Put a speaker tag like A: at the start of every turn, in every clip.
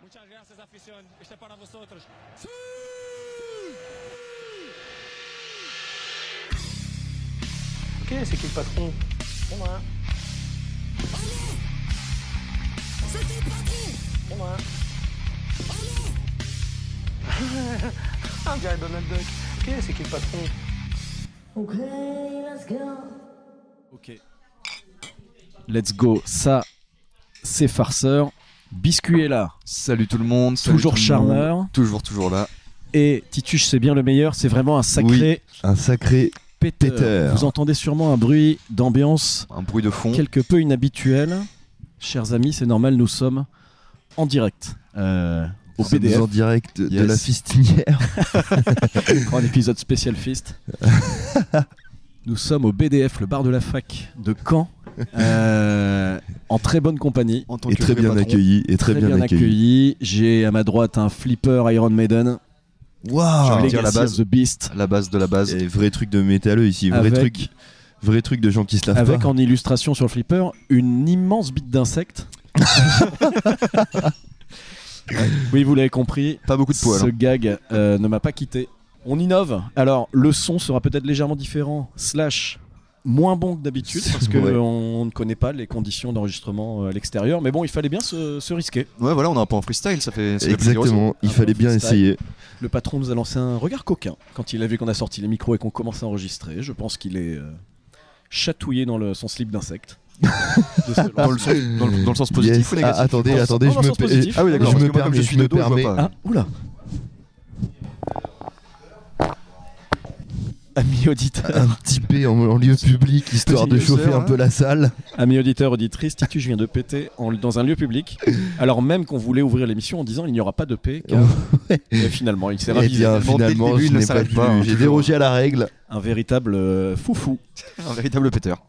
A: Muchas gracias, afición. Este es para vosotros.
B: Ok, c'est qui le patron
C: C'est moi.
D: Allez C'est qui le patron
C: C'est moi.
D: Allez
B: Ah, on dirait Donald Duck. Ok, c'est qui le patron
C: Okay, let's go.
E: Ok. Let's go. Ça, c'est farceur. Biscuit est là.
F: Salut tout le monde. salut
E: toujours
F: tout le monde.
E: charmeur.
F: Toujours, toujours là.
E: Et Titus, c'est bien le meilleur. C'est vraiment un sacré
F: Un sacré,
E: péteur.
F: péteur.
E: Vous entendez sûrement un bruit d'ambiance
F: un bruit de fond.
E: quelque peu inhabituel. Chers amis, c'est normal, nous sommes en direct. euh, au
F: Nous sommes
E: PDF,
F: en direct de
E: Yes.
F: la fistinière.
E: pour un épisode spécial Fist. Nous sommes au BDF, le bar de la fac de Caen, euh, en très bonne compagnie.
G: en tant
F: Et
G: que
F: très
G: vrai
F: bien
G: patron.
F: accueilli. Et très, bien, accueilli.
E: accueilli. J'ai à ma droite un flipper Iron Maiden,
F: Waouh.
E: Legacy
F: Ah, la
E: of
F: base.
E: the Beast,
F: La base de la base. Et vrai truc de métalleux ici. Vrai
E: Avec-
F: truc. Vrai truc de gens qui se lavent
E: avec
F: pas.
E: en illustration sur le flipper une immense bite d'insecte. Ouais. oui, vous l'avez compris,
F: Pas beaucoup de hein. poils.
E: ce gag euh, ne m'a pas quitté. On innove. Alors, le son sera peut-être légèrement différent, slash moins bon que d'habitude, parce que
F: Ouais.
E: euh, on ne connaît pas les conditions d'enregistrement euh, à l'extérieur. Mais bon, il fallait bien se, se risquer.
G: hein. Ouais, voilà, on est un peu en freestyle, ça fait. ça fait plaisir aussi.
F: Exactement. Il
E: Un
F: fallait
E: bon
F: bien
E: freestyle.
F: essayer.
E: Le patron nous a lancé un regard coquin quand il a vu qu'on a sorti les micros et qu'on commence à enregistrer. Je pense qu'il est euh, chatouillé dans le- son slip d'insecte. De ce
G: Dans le
E: lance.
G: sens, dans le- dans le sens positif
F: Yes.
G: ou
F: Ah,
G: négatif
F: attendez,
E: Dans le-
F: attendez,
E: dans
F: je
E: le
F: me
E: sens positif.
G: Ah oui,
F: permets.
G: d'accord,
F: Je
G: parce
F: me
G: que moi, comme je
F: permets,
G: suis de
F: me
G: dos, je vois pas.
F: permets.
E: Ah, oula Ami auditeur,
F: Un petit P en, en lieu public, histoire de
G: Petit
F: chauffer
G: douceur,
F: un
G: hein.
F: peu la salle.
E: ami auditeur, auditrice, Titus, je viens de péter en- dans un lieu public, alors même qu'on voulait ouvrir l'émission en disant il n'y aura pas de paix, car Et finalement il s'est
F: Et
E: ravisé.
F: Eh bien
G: finalement, dès le
F: finalement,
G: début, il
F: je
G: ne
F: n'ai pas
G: s'arrête pas, hein,
F: vu. J'ai
G: toujours.
F: dérogé à la règle.
E: Un véritable euh, foufou.
F: Ah.
G: Un véritable péteur.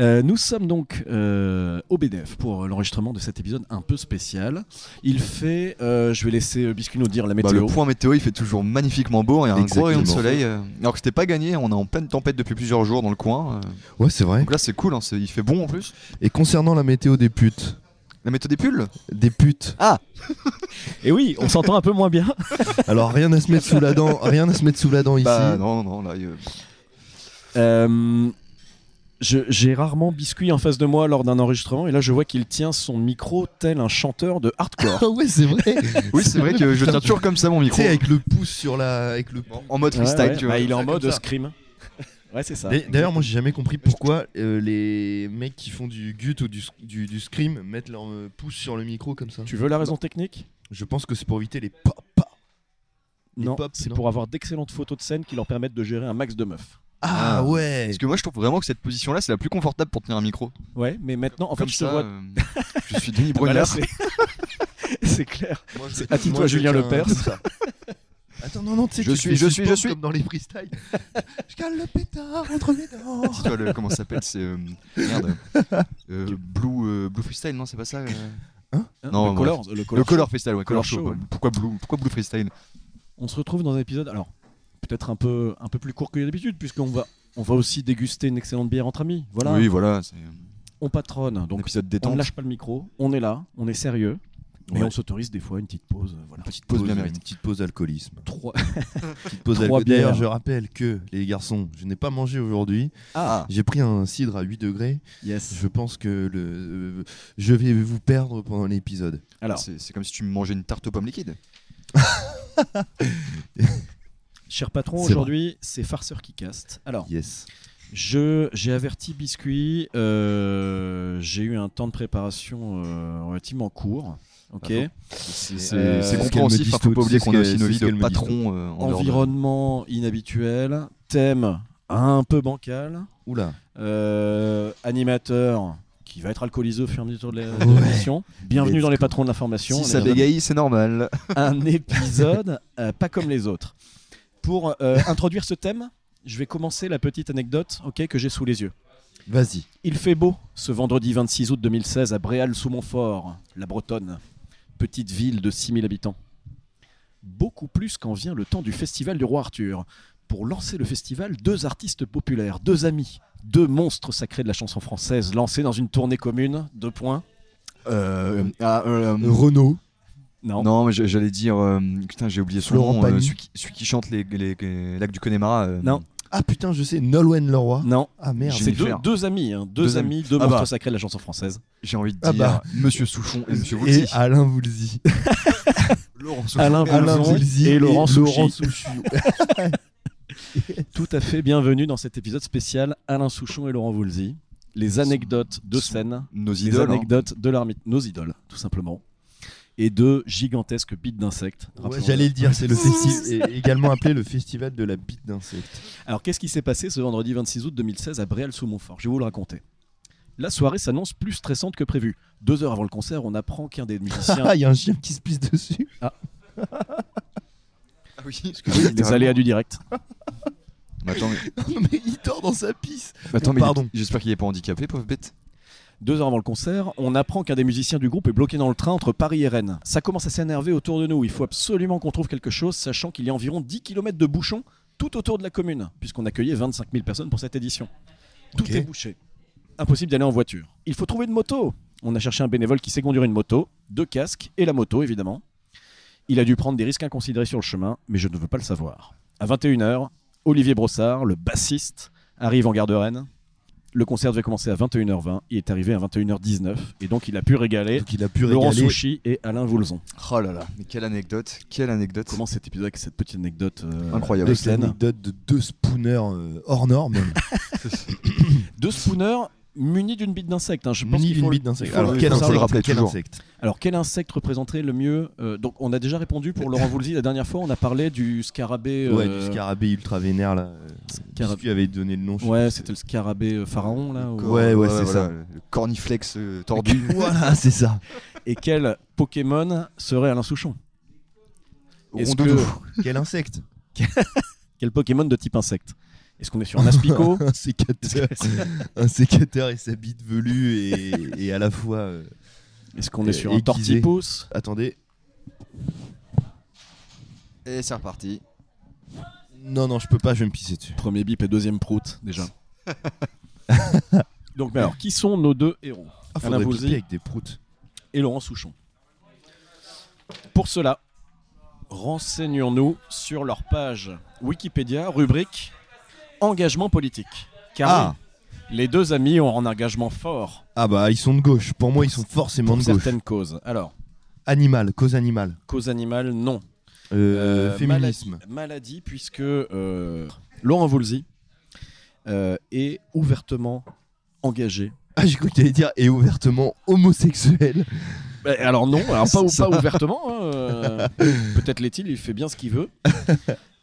E: Euh, nous sommes donc euh, au BDF pour l'enregistrement de cet épisode un peu spécial. Il fait, euh, je vais laisser euh, Biscuit nous dire la
G: Bah,
E: météo.
G: le point météo, il fait toujours magnifiquement beau. Il y a un gros
F: Exactement.
G: rayon de soleil. euh, Alors que c'était pas gagné, on est en pleine tempête depuis plusieurs jours dans le coin. euh,
F: Ouais, c'est vrai.
G: Donc là, c'est cool, hein, c'est- il fait bon en plus.
F: Et concernant la météo des putes,
G: La méthode des pulls
F: des putes.
E: Et oui, on s'entend un peu moins bien.
F: Alors rien à se mettre sous la dent, rien à se mettre sous la dent ici.
G: Bah non, non, là. il, euh,
E: Euh, je- J'ai rarement biscuit en face de moi lors d'un enregistrement et là je vois qu'il tient son micro tel un chanteur de hardcore.
F: Ah ouais, c'est vrai.
G: Oui, c'est vrai que je tiens toujours comme ça mon
F: Tu
G: micro.
F: sais, avec le pouce sur la, avec le.
G: Bon, En mode
E: Ouais,
G: freestyle,
E: ouais.
G: tu vois.
E: Bah, il est en
F: C'est
E: mode
F: comme ça.
E: scream. Ouais, c'est ça.
F: D'a- D'ailleurs, moi, j'ai jamais compris pourquoi euh, les mecs qui font du gut ou du, sc- du, du scream mettent leur euh, pouce sur le micro comme ça.
E: tu veux la raison technique
F: Je pense que c'est pour éviter les pa pa. Les
E: Non,
F: pops,
E: c'est
F: non.
E: pour avoir d'excellentes photos de scène qui leur permettent de gérer un max de meufs.
F: Ah,
G: Ah.
F: ouais.
G: Parce que moi, je trouve vraiment que cette position-là, c'est la plus confortable pour tenir un micro.
E: Ouais, mais maintenant, en fait,
G: Comme
E: je te
G: ça,
E: vois.
G: euh, je suis Denis
E: Bah là,
G: Brunner.
E: c'est- c'est clair.
F: Moi, je-
E: c'est- à titre,
F: moi,
E: Julien
F: tiens-
E: Lepers.
F: comme ça. Attends, non, non, tu sais,
G: Je
F: tu
G: suis,
F: fais
G: je suis, je
F: suspense
G: suis.
F: Comme dans les freestyles. je cale le pétard entre mes dents.
G: C'est quoi le- comment ça s'appelle C'est. euh, merde. Euh, Blue, euh, Blue Freestyle, non, c'est pas ça euh Non,
E: Hein, le
G: bref.
E: color, le
G: Le
E: Colors
G: Color Freestyle, ouais,
E: Color
G: Color
E: Show,
G: Show. ouais.
E: ouais.
G: Pourquoi Blue, pourquoi Blue Freestyle
E: On se retrouve dans un épisode, alors peut-être un peu, un peu plus court que d'habitude, puisqu'on va, on va aussi déguster une excellente bière entre amis. Voilà,
G: Oui, voilà, c'est
E: on patronne,
G: un
E: donc
G: épisode
E: on ne
G: détente.
E: lâche pas le micro, on est là, on est sérieux, mais
F: Ouais.
E: on s'autorise des fois une petite pause. euh, Voilà.
G: Petite pause bien méritée.
F: Une petite pause alcoolisme.
E: Trois.
F: Petite pause
E: Trois
F: alcool. D'ailleurs,
E: bières.
F: je rappelle que, les garçons, je n'ai pas mangé aujourd'hui.
G: Ah,
F: J'ai pris un cidre à 8 degrés.
E: Yes.
F: Je pense que le, euh, je vais vous perdre pendant l'épisode.
E: Alors,
G: c'est c'est comme si tu me mangeais une tarte aux pommes liquides.
E: cher patron,
F: C'est
E: aujourd'hui c'est farceur qui caste. Alors,
F: Yes.
E: je j'ai averti biscuit. euh, j'ai eu un temps de préparation euh, relativement court. Ok.
G: Ah
F: C'est
G: C'est
E: Euh, c'est
G: c'est
E: ce qu'elle
G: compréhensif,
F: me
G: hein,
F: dit
G: faut pas
F: tout-
G: oublier
F: c'est
G: qu'on
F: ce
G: a
F: que-
G: aussi nos
F: c'est
G: vies
F: ce
G: de
F: qu'elle me dit
G: patron. euh, en dehors de-
E: Environnement inhabituel, thème un peu bancal,
F: Oula.
E: euh, animateur qui va être alcoolisé au fur et à mesure de la- de
F: Ouais.
E: l'émission. Bienvenue
F: Let's
E: dans les
F: go.
E: patrons de l'information.
G: Si
E: On
G: ça
E: est dans
G: bégaye, c'est normal.
E: un épisode euh, pas comme les autres. Pour euh, introduire ce thème, je vais commencer la petite anecdote ok, que j'ai sous les yeux.
F: Vas-y.
E: Il fait beau ce vendredi 26 août 2016 à Bréal-sous-Montfort, la Bretonne, petite ville de 6000 habitants. Beaucoup plus quand vient le temps du festival du roi Arthur. Pour lancer le festival, deux artistes populaires, deux amis, deux monstres sacrés de la chanson française lancés dans une tournée commune, deux points.
G: Euh, ah, euh, euh,
F: Renault.
E: Non.
G: non, mais je- j'allais dire. euh, putain, j'ai oublié son
F: Florent
G: nom.
F: Pagny.
G: euh, celui, qui, celui qui chante les, les- les lacs du Connemara. euh,
E: Non.
F: Ah putain, je sais, Nolwenn Leroy.
E: Non.
F: Ah merde.
E: C'est deux,
G: Jennifer.
E: deux amis, hein, deux,
G: Deux
E: amis, deux
G: Ah
E: monstres
G: bah.
E: sacrés de la chanson française.
G: J'ai envie de dire
F: Ah bah.
G: Monsieur Souchon et Monsieur Woolsey.
F: Et Alain Voulzy.
G: Laurent Souchon.
E: Alain
F: Alain
E: Voulzy
F: Voulzy
E: et Laurent Souchy.
F: Souchy.
E: Tout à fait, bienvenue dans cet épisode spécial Alain Souchon et Laurent Voulzy. Les anecdotes de scène,
G: Nos
E: les
G: idoles. hein.
E: anecdotes de l'armée, nos idoles, tout simplement. Et deux gigantesques bites d'insectes.
F: Ouais,
E: rappelons-le.
F: J'allais le dire, c'est le festival, également appelé le festival de la bite d'insectes.
E: Alors, qu'est-ce qui s'est passé ce vendredi 26 août 2016 à Bréal-sous-Montfort Je vais vous le raconter. La soirée s'annonce plus stressante que prévu. Deux heures avant le concert, on apprend qu'un des musiciens.
F: Ah, il y a un chien qui se pisse dessus.
G: Ah oui, parce que-
E: Oui, les aléas du direct.
G: Mais attends, mais-
F: Non, mais il dort dans sa pisse.
G: mais attends, mais
F: Pardon.
G: il- j'espère qu'il n'est pas handicapé, pauvre bête.
E: Deux heures avant le concert, on apprend qu'un des musiciens du groupe est bloqué dans le train entre Paris et Rennes. Ça commence à s'énerver autour de nous. Il faut absolument qu'on trouve quelque chose, sachant qu'il y a environ 10 km de bouchons tout autour de la commune, puisqu'on accueillait 25 000 personnes pour cette édition. Tout
F: Ok.
E: est bouché. Impossible d'aller en voiture. Il faut trouver une moto. On a cherché un bénévole qui sait conduire une moto, deux casques et la moto, évidemment. Il a dû prendre des risques inconsidérés sur le chemin, mais je ne veux pas le savoir. À 21h, Olivier Brossard, le bassiste, arrive en gare de Rennes. Le concert devait commencer à 21h20, il est arrivé à 21h19, et donc il a pu régaler
F: Donc il a pu
E: Laurent
F: régaler.
E: Souchy et Alain Voulzon.
G: Oh là là, mais quelle anecdote, quelle anecdote.
E: Comment cet épisode avec cette petite anecdote euh,
G: Incroyable.
E: de
F: Avec
E: scène.
F: l'anecdote de deux spooners euh, hors normes.
E: Deux spooners munis d'une bite d'insecte. hein. Je pense
F: Ni
E: qu'il faut le-
F: d'une bite d'insecte.
E: il faut
F: Alors,
E: le-
F: quel
E: il faut le
F: insecte,
G: rappeler
F: quel
G: toujours.
F: insecte
E: Alors quel insecte représenterait le mieux euh, Donc on a déjà répondu pour Laurent Voulzy la dernière fois. On a parlé du scarabée.
F: Ouais,
E: euh,
F: du scarabée ultra vénère là. euh,
E: scarab-
F: Si tu avais donné le nom. je sais
E: Ouais,
F: plus.
E: c'était le scarabée euh, pharaon là. ou-
F: Ouais, ouais, c'est ça.
G: Le corniflex euh, tordu.
F: Voilà, c'est ça.
E: Et quel Pokémon serait Alain Souchon Est-ce
G: Rondoudou.
F: Quel insecte
E: Quel Pokémon de type insecte Est-ce qu'on est sur un aspico
F: Un sécateur. un sécateur et sa bite velue et, et à la fois. euh,
E: Est-ce qu'on est sur un
F: Aiguisé.
E: tortipousse
F: Attendez.
G: Et c'est reparti.
F: Non, non, je peux pas, je vais me pisser dessus.
E: Premier bip et deuxième prout déjà. Donc mais alors qui sont nos deux héros
F: Ah,
E: Alain
F: faudrait
E: Voulzy.
F: piper avec des proutes.
E: et Laurent Souchon. Pour cela, renseignons-nous sur leur page Wikipédia, rubrique Engagement politique. Car
F: Ah.
E: oui, les deux amis ont un engagement fort
F: Ah bah ils sont de gauche. Pour moi ils sont forcément
E: pour
F: de gauche.
E: certaines causes. Alors,
F: Animal, cause animale.
E: cause animale, non.
F: Euh,
E: Euh,
F: féminisme.
E: Maladie, maladie, puisque euh, Laurent Voulzy euh, est ouvertement engagé.
F: Ah j'ai cru que t'allais dire et ouvertement homosexuel.
E: Bah, alors non, alors pas, pas ouvertement. hein, euh, Peut-être l'est-il, il fait bien ce qu'il veut.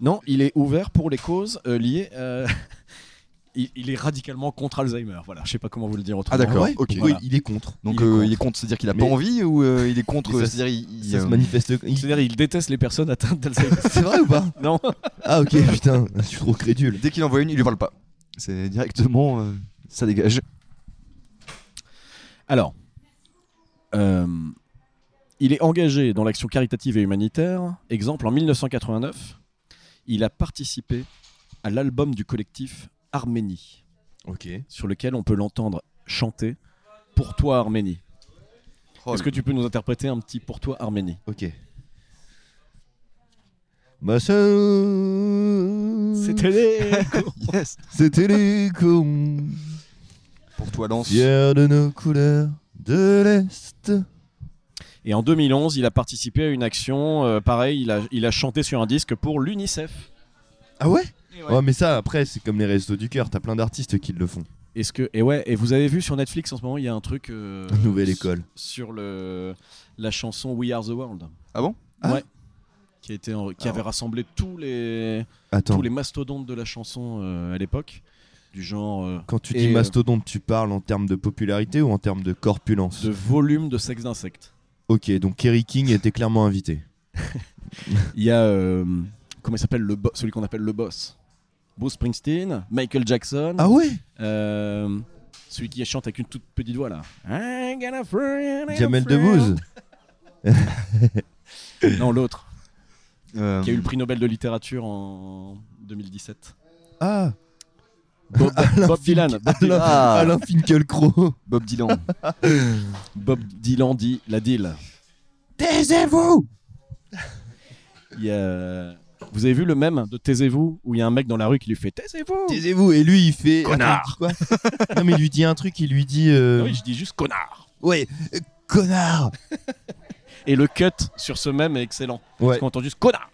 E: Non, il est ouvert pour les causes euh, liées. euh, il, il est radicalement contre Alzheimer. Voilà, je sais pas comment vous le dire autrement.
G: Ah, d'accord,
F: ouais
G: ok.
F: Oui,
E: Voilà.
F: il est contre.
G: Donc
E: Il est
G: euh,
E: contre.
G: il est contre, c'est-à-dire qu'il a
F: Mais-
G: pas envie ou euh, il est contre,
F: Mais ça-
G: c'est-à-dire il. il,
F: Ça se
G: euh,
F: manifeste. il-
E: C'est-à-dire, il déteste les personnes atteintes d'Alzheimer.
F: C'est vrai ou pas
E: non,
F: Ah ok putain, je suis trop crédule.
G: Dès qu'il en voit une, il lui parle pas. C'est directement. euh, ça dégage.
E: Alors, euh, il est engagé dans l'action caritative et humanitaire. Exemple, en 1989, il a participé à l'album du collectif Arménie,
F: Ok.
E: sur lequel on peut l'entendre chanter Pour toi Arménie.
F: Oh
E: Est-ce que tu peux nous interpréter un petit Pour toi Arménie
F: Ok. Bah ça... C'était
G: Yes.
F: les cons,
G: Pour toi, Lance.
F: fiers de nos couleurs de l'Est.
E: Et en 2011, il a participé à une action, euh, pareil, il a, il a chanté sur un disque pour l'UNICEF.
F: Ah ouais
G: Et
F: Ouais, mais ça, après, c'est comme les restos du cœur, t'as plein d'artistes qui le font.
E: Est-ce que et ouais, et vous avez vu sur Netflix en ce moment, il y a un truc euh,
F: Nouvelle école.
E: sur le la chanson We Are the World.
G: Ah bon
F: Ah.
E: Ouais. Qui, a été en- qui
G: Ah.
E: avait rassemblé tous les
F: Attends,
E: tous les mastodontes de la chanson euh, à l'époque, du genre euh,
F: quand tu
E: Et, euh,
F: dis mastodonte, tu parles en termes de popularité ou en termes de corpulence
E: de volume de sexe d'insectes.
F: Ok, donc Kerry King était clairement invité.
E: Il y a euh, comment il s'appelle le bo- celui qu'on appelle le boss. Bruce Springsteen, Michael Jackson.
F: Ah ouais
E: Euh, celui qui chante avec une toute petite voix là. I got a friend and a
F: Jamel
E: friend.
F: Debbouze
E: Non, l'autre.
G: Euh,
E: Qui a eu le prix Nobel de littérature en 2017.
F: Ah
E: Bob, Bob Dylan. Bob Dylan.
F: Alain, Alain Finkielkraut.
G: Bob Dylan.
E: Bob Dylan dit la deal.
F: Taisez-vous
E: Il y a- Vous avez vu le même de Taisez-vous où il y a un mec dans la rue qui lui fait Taisez-vous
F: Taisez-vous Et lui, il fait.
E: Connard. Ah
F: Attends, il dit quoi Non, mais il lui dit un truc, il lui dit. euh,
E: Oui, je dis juste connard.
F: Ouais, euh, connard
E: Et le cut sur ce même est excellent.
F: Ouais.
E: Parce qu'on entend juste connard.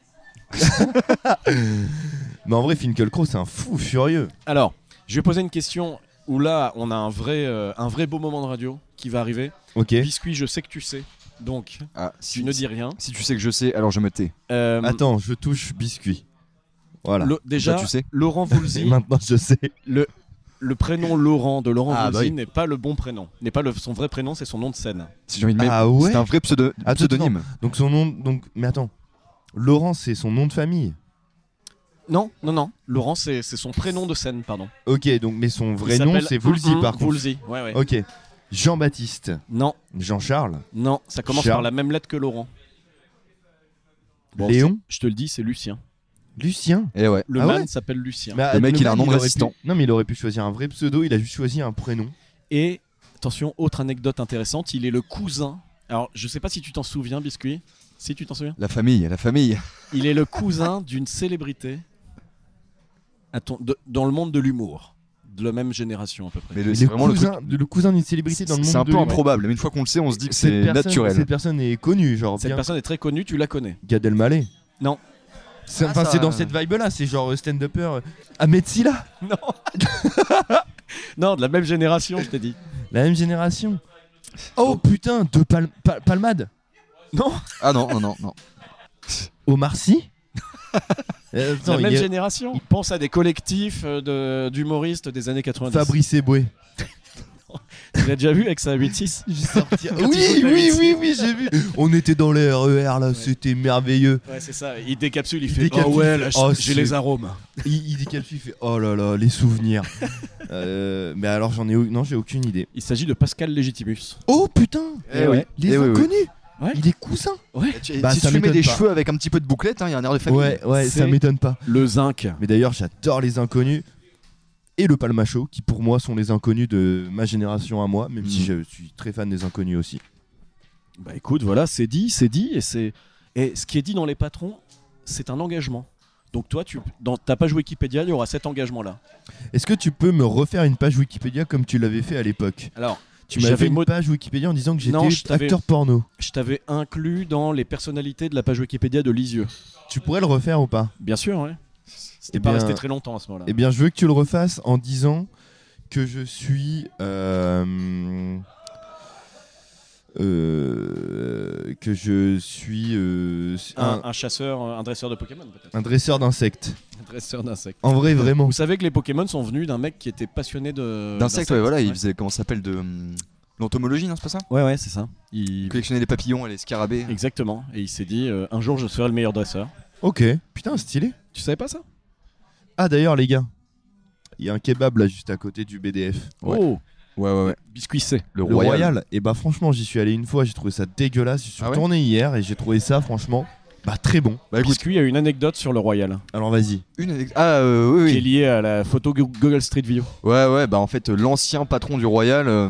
F: Mais en vrai, Finkielkraut, c'est un fou furieux.
E: Alors, je vais poser une question où là, on a un vrai, euh, un vrai beau moment de radio qui va arriver.
F: Ok.
E: Biscuit, je sais que tu sais. Donc,
G: Ah, si,
E: tu ne dis rien.
G: si tu sais que je sais, alors je me tais.
E: Euh,
F: Attends, je touche biscuit. Voilà.
E: le- déjà,
G: Toi, tu sais.
E: Laurent
F: Et
E: Voulzy,
F: maintenant, je sais.
E: le, le prénom Laurent de Laurent
F: Ah, bah
E: Voulzy
F: oui.
E: n'est pas le bon prénom. N'est pas le, son vrai prénom, c'est son nom de scène.
G: Si j'ai envie de mettre-
F: Ah ouais
G: C'est un vrai pseudo-
F: Attends,
G: pseudonyme.
F: Donc son nom. Donc, mais attends. Laurent, c'est son nom de famille.
E: Non, non, non. Laurent, c'est c'est son prénom de scène, pardon.
F: Ok, donc mais son vrai
E: Il
F: nom,
E: s'appelle
F: c'est Woolsey
E: Mhm,
F: par contre.
E: Woolsey, ouais, ouais.
F: Ok. Jean-Baptiste.
E: Non,
F: Jean-Charles.
E: non, ça commence
F: Charles.
E: par la même lettre que Laurent. Bon,
F: Léon.
E: c'est- Je te le dis, c'est Lucien.
F: Lucien.
G: Et Eh ouais.
E: Le
F: Ah
E: man
F: ouais
E: s'appelle Lucien.
F: Mais,
G: Le mec, il a un
F: man,
G: nom de
F: aurait pu-
G: résistant.
F: Non, mais il aurait pu choisir un vrai pseudo. Il a juste choisi un prénom.
E: Et attention, autre anecdote intéressante, il est le cousin. Alors, je sais pas si tu t'en souviens, Biscuit. Si tu t'en souviens.
G: La famille, la famille.
E: Il est le cousin d'une célébrité à ton- de- dans le monde de l'humour, de la même génération à peu près.
G: Mais
F: Mais
G: le- c'est vraiment le truc.
F: cousin, le cousin d'une célébrité dans le monde.
G: C'est un
F: de
G: peu
F: l'humour.
G: improbable, mais une fois qu'on le sait, on se dit que
F: Cette
G: c'est
F: personne-
G: naturel.
F: Cette personne est connue, genre
E: Cette
F: bien
E: personne est très connue, tu la connais.
F: Gad Elmaleh.
E: Non.
F: C'est
G: Ah,
F: enfin,
G: ça-
F: c'est dans cette vibe là, c'est genre euh, stand-upper euh, Ahmed Silla,
E: Non. non, de la même génération, je t'ai dit.
F: la même génération. Oh putain, de Pal- Pal- Palmade,
G: Ah non, non, non, non.
F: Omar Sy.
E: De
F: Euh, attends,
E: la même
F: il y a
E: génération. Il pense à des collectifs euh, de- d'humoristes des années 90.
F: Fabrice Eboué.
E: Tu l'as déjà vu avec sa 8-6
F: oui, oui, oui, oui, j'ai vu. On était dans les RER là, c'était merveilleux.
E: Ouais, c'est ça. Il décapsule, il
F: Il
E: fait
F: décapsule,
E: Oh ouais, là,
F: oh,
E: j'ai
F: c'est-
E: les arômes.
F: Il, il décapsule, il fait oh là là, les souvenirs. Euh, mais alors j'en ai au- non, j'ai aucune idée.
E: Il s'agit de Pascal Légitimus.
F: Oh putain,
G: Eh oui.
F: les
G: Eh oui, oui.
F: inconnus.
E: Ouais.
F: Il est cousin.
G: Et tu-
F: Bah,
G: si
F: ça
G: tu mets
F: m'étonne
G: des
F: pas.
G: cheveux avec un petit peu de bouclette, hein, il y a un air de famille.
F: Ouais, ouais, ça
E: C'est-
F: m'étonne pas.
E: Le zinc.
F: Mais d'ailleurs, j'adore les inconnus et le Palmacho, qui pour moi sont les inconnus de ma génération à moi, même si je suis très fan des inconnus aussi.
E: Bah écoute, voilà, c'est dit, c'est dit, et c'est et ce qui est dit dans les patrons, c'est un engagement. Donc toi, tu dans ta page Wikipédia, il y aura cet engagement-là.
F: Est-ce que tu peux me refaire une page Wikipédia comme tu l'avais fait à l'époque
E: Alors,
F: Tu m'avais fait
E: J'avais
F: une
E: mo-
F: page Wikipédia en disant que
E: Non, je
F: j'étais
E: t'avais-
F: acteur porno.
E: je t'avais inclus dans les personnalités de la page Wikipédia de Lisieux.
F: Tu pourrais le refaire ou pas
E: Bien sûr, ouais. C'était
F: Eh
E: pas
F: bien-
E: resté très longtemps à ce moment-là.
F: Eh bien, je veux que tu le refasses en disant que je suis. euh, euh, que je suis euh,
E: Un,
F: un,
E: un chasseur, un dresseur de Pokémon peut-être.
F: un dresseur d'insectes.
E: Un dresseur d'insectes.
F: En
G: Euh,
F: vrai, vraiment.
E: Vous savez que les Pokémon sont venus d'un mec qui était passionné de
G: D'insectes, ouais, voilà, il
E: ouais.
G: faisait, comment ça s'appelle, de. hum, L'entomologie, non, c'est pas ça
E: Ouais, ouais, c'est ça. Il-
G: Il collectionnait les papillons et les scarabées.
E: Exactement. Et il s'est dit, euh, un jour, je serai le meilleur dresseur.
F: Ok. Putain, stylé.
E: Tu savais pas ça
F: Ah d'ailleurs les gars, il y a un kebab là juste à côté du BDF.
G: Ouais.
E: Oh,
G: Ouais, ouais, ouais.
E: biscuit C.
G: Le,
F: Le Royal. Et bah franchement j'y suis allé une fois, j'ai trouvé ça dégueulasse. Je suis
G: Ah ouais
F: retourné hier et j'ai trouvé ça franchement bah très bon.
G: Bah écoute,
E: Biscuit a une anecdote sur le Royal.
F: Alors vas-y.
G: une anecdote- Ah, euh, oui, oui.
E: qui est lié à la photo Gu- Google Street View.
G: Ouais, ouais, bah en fait, euh, l'ancien patron du Royal euh,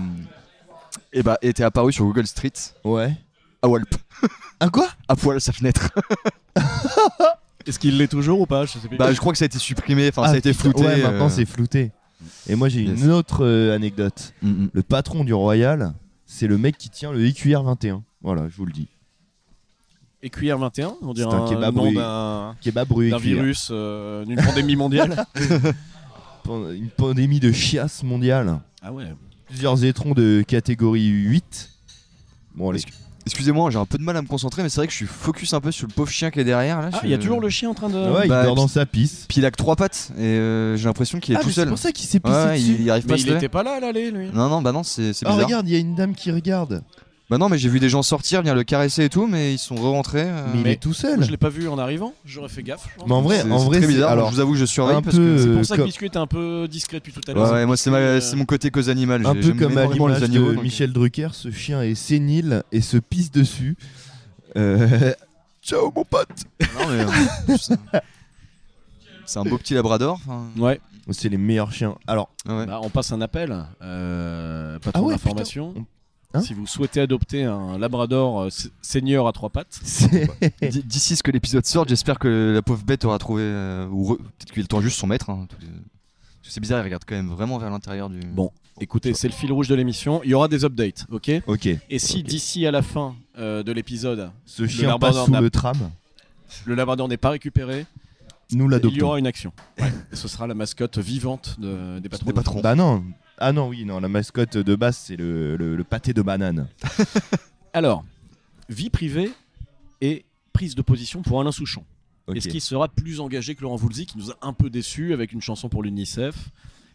G: eh bah, était apparu sur Google Street
F: Ouais.
G: à Walp,
F: Ah quoi
G: à poil à sa fenêtre.
E: Est-ce qu'il l'est toujours ou pas Je sais plus.
G: bah, je crois que ça a été supprimé, enfin,
F: Ah,
G: ça a été
F: putain,
G: flouté.
F: Ouais maintenant
G: euh,
F: c'est flouté. Et moi j'ai
G: Yes.
F: une autre euh, anecdote.
G: mm, mm.
F: Le patron du Royal, c'est le mec qui tient le E EQR 21. Voilà, je vous le dis.
E: Et cuillère 21, on dirait
F: C'est un
E: un,
F: kebab,
E: nom
F: oui.
E: d'un
F: Kebab rue E
E: d'un
F: EQR.
E: virus, euh, d'une pandémie mondiale.
F: Pan- Une pandémie de chiasse mondiale.
E: ah ouais.
F: Plusieurs étrons de catégorie 8. Bon allez.
G: Excusez-moi, j'ai un peu de mal à me concentrer, mais c'est vrai que je suis focus un peu sur le pauvre chien qui est derrière. là.
E: Ah,
G: je-
E: il y a toujours le chien en train de.
F: Ouais,
G: bah,
F: il dort dans sa pisse.
G: Puis il a que trois pattes, et euh, j'ai l'impression qu'il est
F: Ah,
G: tout
F: mais
G: seul.
F: C'est pour ça qu'il s'est
G: Ouais,
F: pissé
G: ouais,
F: dessus.
G: il, il arrive pas à
E: Mais Bah,
G: se
E: il
G: lever.
E: était pas là à l'aller, lui.
G: Non, non, bah non, c'est c'est
F: Ah
G: bizarre.
F: regarde, il y a une dame qui regarde.
G: Bah non, mais j'ai vu des gens sortir, venir le caresser et tout, mais ils sont re-rentrés. euh,
F: mais il
E: mais-
F: est tout seul.
E: Moi, Je l'ai pas vu en arrivant, j'aurais fait gaffe. je pense.
F: Mais en vrai,
G: c'est-
F: en
G: c'est
F: vrai,
G: très
F: c'est-
G: bizarre.
F: alors
G: je vous avoue, je surveille
F: un
G: parce
F: peu,
G: que.
E: C'est
F: euh,
E: pour ça que
F: comme-
E: Biscuit était un peu discret depuis tout à
G: Ouais,
E: l'heure.
G: ouais, moi c'est
E: Euh,
G: ma- c'est mon côté cause animale.
F: un
G: j'ai-
F: peu
G: j'aime
F: comme à
G: énormément les
F: l'image
G: animaux,
F: de
G: donc-
F: Michel Drucker, ce chien est sénile et se pisse dessus. Euh, Ciao mon pote.
G: Non, mais, euh, je sais. C'est un beau petit labrador. enfin.
E: euh, Ouais,
F: C'est les meilleurs chiens. Alors,
G: Ah ouais.
E: Bah, on passe un appel, euh,
F: Ah
E: patron
F: ouais,
E: d'information.
F: putain. On- Hein
E: si vous souhaitez adopter un labrador euh, se- senior à trois pattes,
F: c'est.
G: D- D'ici ce que l'épisode sorte, j'espère que la pauvre bête aura trouvé. euh, ou re- peut-être qu'il tend juste son maître. hein, tout- parce que c'est bizarre, il regarde quand même vraiment vers l'intérieur du.
E: Bon. écoutez, c'est le fil rouge de l'émission. Il y aura des updates, ok
F: Ok.
E: Et si d'ici à la fin euh, de l'épisode,
F: Ce chien
E: Labrador
F: passe sous
E: n'a-
F: le tram,
E: le labrador n'est pas récupéré,
F: nous
E: il y
F: l'adoptons.
E: aura une action. Et ce sera la mascotte vivante de- des patrons.
G: Des patrons.
F: Bah non. Ah non, oui, non, la mascotte de base, c'est le, le- le pâté de banane.
E: Alors, vie privée et prise de position pour Alain Souchon.
F: Ok.
E: Est-ce qu'il sera plus engagé que Laurent Voulzy, qui nous a un peu déçus avec une chanson pour l'UNICEF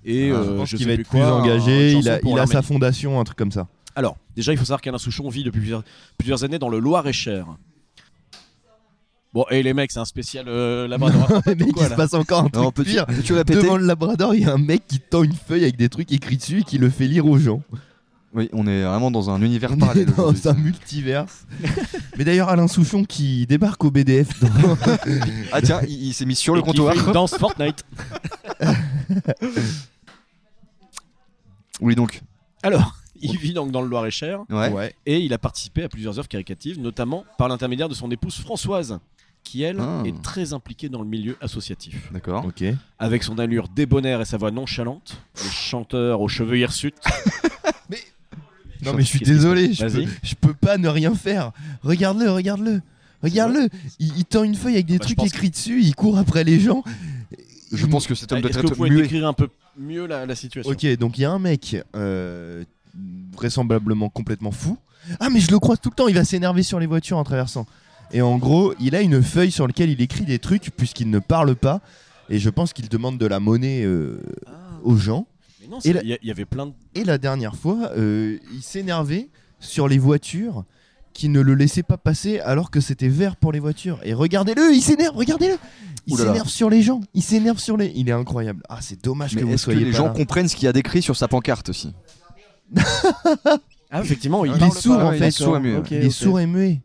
E: et
F: Ah,
E: euh,
F: je pense
E: je
F: qu'il
E: sais
F: va
E: plus
F: être plus
E: quoi, un-
F: engagé,
E: une
F: il a,
E: chanson pour
F: il a
E: l'Arménie.
F: sa fondation, un truc comme ça.
E: Alors, déjà, il faut savoir qu'Alain Souchon vit depuis plusieurs, plusieurs années dans le Loir-et-Cher. Bon, et les mecs, c'est un spécial euh, labrador.
F: Mais il
E: quoi,
F: se
E: là
F: passe encore un truc
G: Non, peux-tu
F: pire.
G: peux-tu répéter
F: Devant le Labrador, il y a un mec qui tend une feuille avec des trucs écrits dessus et qui le fait lire aux gens.
G: Oui, on est vraiment dans un univers
F: On est
G: parallèle. aujourd'hui,
F: dans un multiverse. Mais d'ailleurs, Alain Souchon qui débarque au BDF dans,
G: Ah tiens, il, il s'est mis sur
E: Et
G: le
E: qui
G: comptoir.
E: fait une danse Fortnite.
G: Oui donc.
E: Alors, il vit donc dans le Loir-et-Cher
G: Ouais.
F: Ouais.
E: et il a participé à plusieurs œuvres caricatives, notamment par l'intermédiaire de son épouse Françoise, qui elle
G: Ah.
E: est très impliquée dans le milieu associatif.
G: D'accord.
F: Ok.
E: Avec son allure débonnaire et sa voix nonchalante, le chanteur aux cheveux hirsutes.
F: Non mais je suis
E: Qu'est-ce qui se
F: désolé,
E: passe
F: je peux,
E: Vas-y.
F: je peux pas ne rien faire. Regarde-le, regarde-le, regarde-le. Il, il tend une feuille avec des
E: Bah, je
F: trucs
E: pense
F: écrits dessus, il court après les gens.
G: Je pense que cet homme doit
E: Est-ce que vous
G: être
E: pouvez
G: muet.
E: décrire un peu mieux la, la situation
F: Ok, donc il y a un mec euh, vraisemblablement complètement fou. Ah mais je le crois tout le temps, il va s'énerver sur les voitures en traversant. Et en gros, il a une feuille sur laquelle il écrit des trucs puisqu'il ne parle pas. Et je pense qu'il demande de la monnaie euh,
E: Ah,
F: aux gens.
E: mais non,
F: Et
E: c'est-
F: la-
E: il y, a- il y avait plein de.
F: Et la dernière fois, euh, il s'énervait sur les voitures qui ne le laissaient pas passer alors que c'était vert pour les voitures. Et regardez-le, il s'énerve, regardez-le. Il
G: Ouh là là.
F: s'énerve sur les gens, il s'énerve sur les. Il est incroyable. Ah, c'est dommage que
G: Mais
F: vous
G: est-ce que
F: soyez
G: les
F: pas
G: gens
F: là.
G: comprennent ce qu'il y a décrit sur sa pancarte aussi
E: Ah, effectivement, il
F: Il est
E: parle
F: sourd
E: pas.
F: en
G: Ouais, il
F: fait.
G: est sourd et muet,
F: Il est sourd et muet.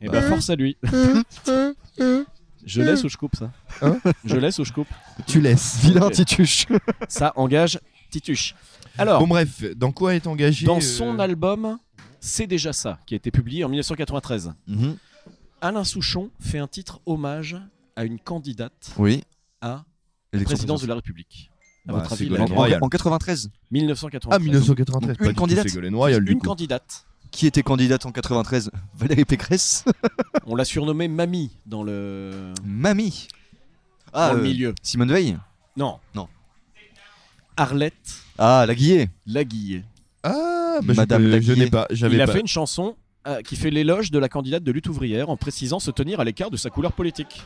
E: Et bah, force à lui. Je laisse ou je coupe ça
F: Hein
E: Je laisse ou je coupe
F: Tu laisses.
G: Vilain
E: Ok.
G: tituche.
E: Ça engage Tituche. Alors,
F: Bon, bref, dans quoi est engagé
E: dans
F: euh,
E: son album C'est déjà ça, qui a été publié en 1993,
G: Mhm.
E: Alain Souchon fait un titre hommage à une candidate
G: Oui.
E: à la
G: Élection
E: présidence de la République. À
F: Bah,
E: votre avis,
F: Ségolène
G: présidentielle.
E: laquelle
F: Royal.
G: En, en 93.
E: 1993.
F: Ah, 1993.
G: Une
F: pas du tout
G: candidate.
F: Ségolène Royal, du
E: Une
F: coup.
E: candidate.
G: Qui était candidate en 93 Valérie Pécresse.
E: On l'a surnommée Mamie dans le,
G: Mamie.
E: dans
G: Ah.
E: le
G: euh,
E: milieu.
G: Simone Veil.
E: Non.
G: non.
E: Arlette
G: Ah la Guillet.
E: Laguille.
F: Ah, bah, je
G: Madame
F: peux- je,
G: Daguier.
F: n'ai pas. J'avais
E: Il a
F: pas.
E: fait une chanson euh, qui fait l'éloge de la candidate de lutte ouvrière en précisant se tenir à l'écart de sa couleur politique.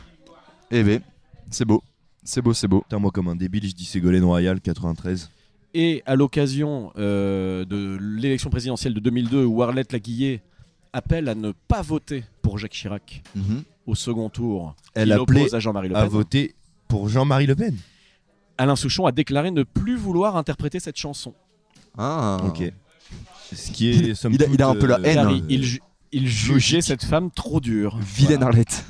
G: Eh ben, c'est beau. C'est beau, c'est beau.
F: Putain, moi, comme un débile, je dis Ségolène Royal 93.
E: Et à l'occasion euh, de l'élection présidentielle de 2002, où Arlette Laguillet appelle à ne pas voter pour Jacques Chirac
G: Mhm.
E: au second tour,
F: Elle
E: il
F: appelait
E: oppose à Jean-Marie Le
F: à
E: Pen,
F: voter pour Jean-Marie Le Pen.
E: Alain Souchon a déclaré ne plus vouloir interpréter cette chanson.
G: Ah.
F: Ok. Ce qui est, somme
G: il a-
F: toute, euh,
G: il a un peu la
F: Eh
G: haine,
E: Car
G: hein.
E: il, il ju- il jugeait cette femme trop dure.
G: Vilaine Arlette.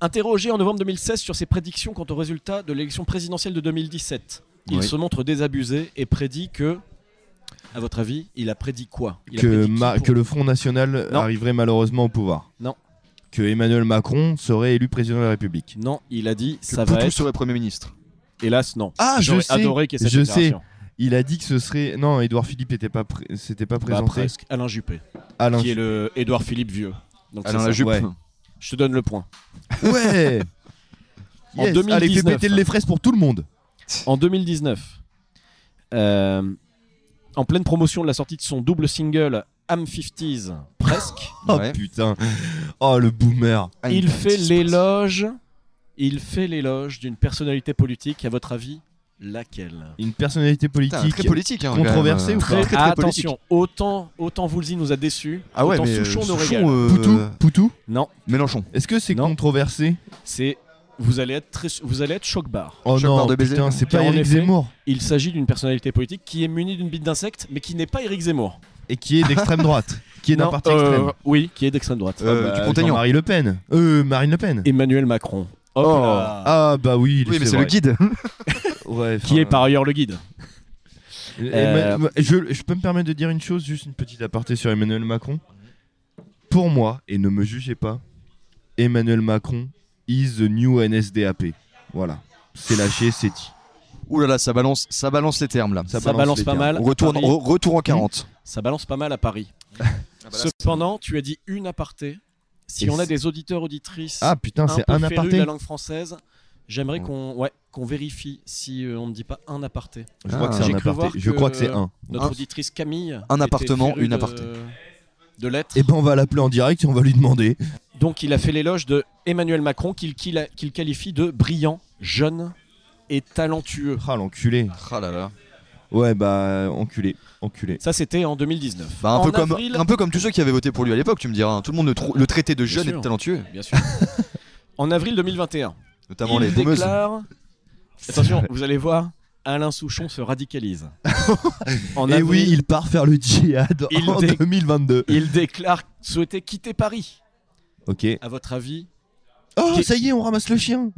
E: Interrogé en novembre 2016 sur ses prédictions quant au résultat de l'élection présidentielle de 2017, il
G: Oui.
E: se montre désabusé et prédit que, à votre avis, il a prédit quoi Il a
F: que,
E: prédit qui
F: Ma-
E: pour-
F: que le Front National
E: Non.
F: arriverait malheureusement au pouvoir.
E: Non.
F: Que Emmanuel Macron serait élu président de la République.
E: Non, il a dit
G: Que
E: ça va
G: Poutou
E: être.
G: serait Premier ministre.
E: Hélas, non.
F: Ah, je
E: J'aurais
F: sais,
E: adoré qu'il y ait cette
F: je
E: déclaration. Bah,
F: Il a dit que ce serait. Non, Édouard Philippe n'était pas, pré- s'était pas
E: Bah,
F: présenté.
E: presque. Alain Juppé,
F: Alain.
E: qui est le Édouard Philippe vieux. Donc
G: Alain
E: c'est ça.
G: Lajupe.
F: ouais.
E: Je te donne le point.
F: Ouais
E: En
F: Yes, Allez, fais
E: 2019.
F: péter les fraises pour tout le monde.
E: En 2019, euh, en pleine promotion de la sortie de son double single Am 50s, presque,
F: Oh
G: Ouais.
F: putain. Oh le boomer.
G: Ah,
E: il
G: une-
E: fait l'éloge, il fait l'éloge d'une personnalité politique. À votre avis, laquelle Bah,
F: Une personnalité politique.
G: Putain, très politique. hein, quand même.
F: Controversé ou pas
G: Très, très, très politique.
E: Attention, autant autant Woolsey nous a déçus,
G: Ah ouais,
E: autant
G: mais euh,
E: Souchon nous
G: Souchon,
E: régale.
G: euh,
F: Poutou, Poutou.
E: Non,
G: Mélenchon.
F: Est-ce que c'est
E: Non.
F: controversé
E: c'est vous allez être très, vous allez être choc barre.
F: Oh
G: Choc barre
F: non,
G: de baiser.
F: putain, c'est pas
E: Car en
F: Eric
E: effet-
F: Zemmour
E: Il s'agit d'une personnalité politique qui est munie d'une bite d'insecte, mais qui n'est pas Éric Zemmour.
F: et qui est d'extrême droite. qui est d'un
E: Non,
F: parti
E: euh,
F: extrême.
E: Oui, qui est d'extrême droite.
G: euh, du Contaignan.
F: Marie Le Pen. Euh, Marine Le Pen.
E: Emmanuel Macron. Hop
G: oh.
E: là.
F: Ah bah oui, il-
G: Oui, mais c'est
F: vrai.
G: le guide.
F: Ouais,
E: qui est
F: enfin,
E: par ailleurs le guide.
F: euh,
E: Euh,
F: Emma- je, je peux me permettre de dire une chose, juste une petite aparté sur Emmanuel Macron. Pour moi, et ne me jugez pas, Emmanuel Macron is the new NSDAP. Voilà. C'est lâché, c'est dit.
G: Ouh là là, ça balance, ça balance les termes là.
E: Ça,
F: balance
E: balance,
F: les
E: pas
F: termes.
E: mal. à
G: Retour, en-
E: Paris.
G: re- retour en 40.
E: Ça balance pas mal à Paris.
G: Ah, bah
E: Cependant, tu as dit une aparté. Si
F: Et
E: on a
F: c'est-
E: des auditeurs auditrices,
F: Ah putain,
E: un
F: c'est
E: peu
F: un
E: férus de
F: aparté.
E: la langue française, j'aimerais qu'on ouais, qu'on vérifie si euh, on ne dit pas un aparté.
F: Je crois
G: Ah.
F: que c'est
E: J'ai
F: un
E: cru
F: aparté.
E: voir
F: Je
E: que-
F: crois que c'est un.
E: Notre
G: Un-
E: auditrice Camille.
G: un
E: était
G: appartement,
E: férue
G: une
E: de-
G: aparté.
E: De lettres.
F: Et ben on va l'appeler en direct et on va lui demander.
E: Donc il a fait l'éloge de Emmanuel Macron qu'il qu'il- qu'il qualifie de brillant, jeune et talentueux.
F: Ah l'enculé.
G: Ah là là.
F: Ouais bah enculé, enculé.
E: Ça c'était en 2019.
G: Bah, un,
E: En
G: peu comme,
E: avril-
G: un peu comme tous ceux qui avaient voté pour lui à l'époque, tu me diras. hein. Tout le monde le, trou- le traitait de jeune et de
E: sûr.
G: talentueux,
E: Bien sûr. en avril 2021.
G: notamment
E: il
G: les gommeuses.
E: déclare... Attention, vous allez voir, Alain Souchon se radicalise. en
F: Et
E: avril,
F: oui, il part faire le djihad
E: Il
F: en
E: dé-
F: 2022.
E: il déclare souhaiter quitter Paris.
F: Ok.
E: À votre avis
F: Oh,
E: Qui-
F: ça y est, on ramasse le chien.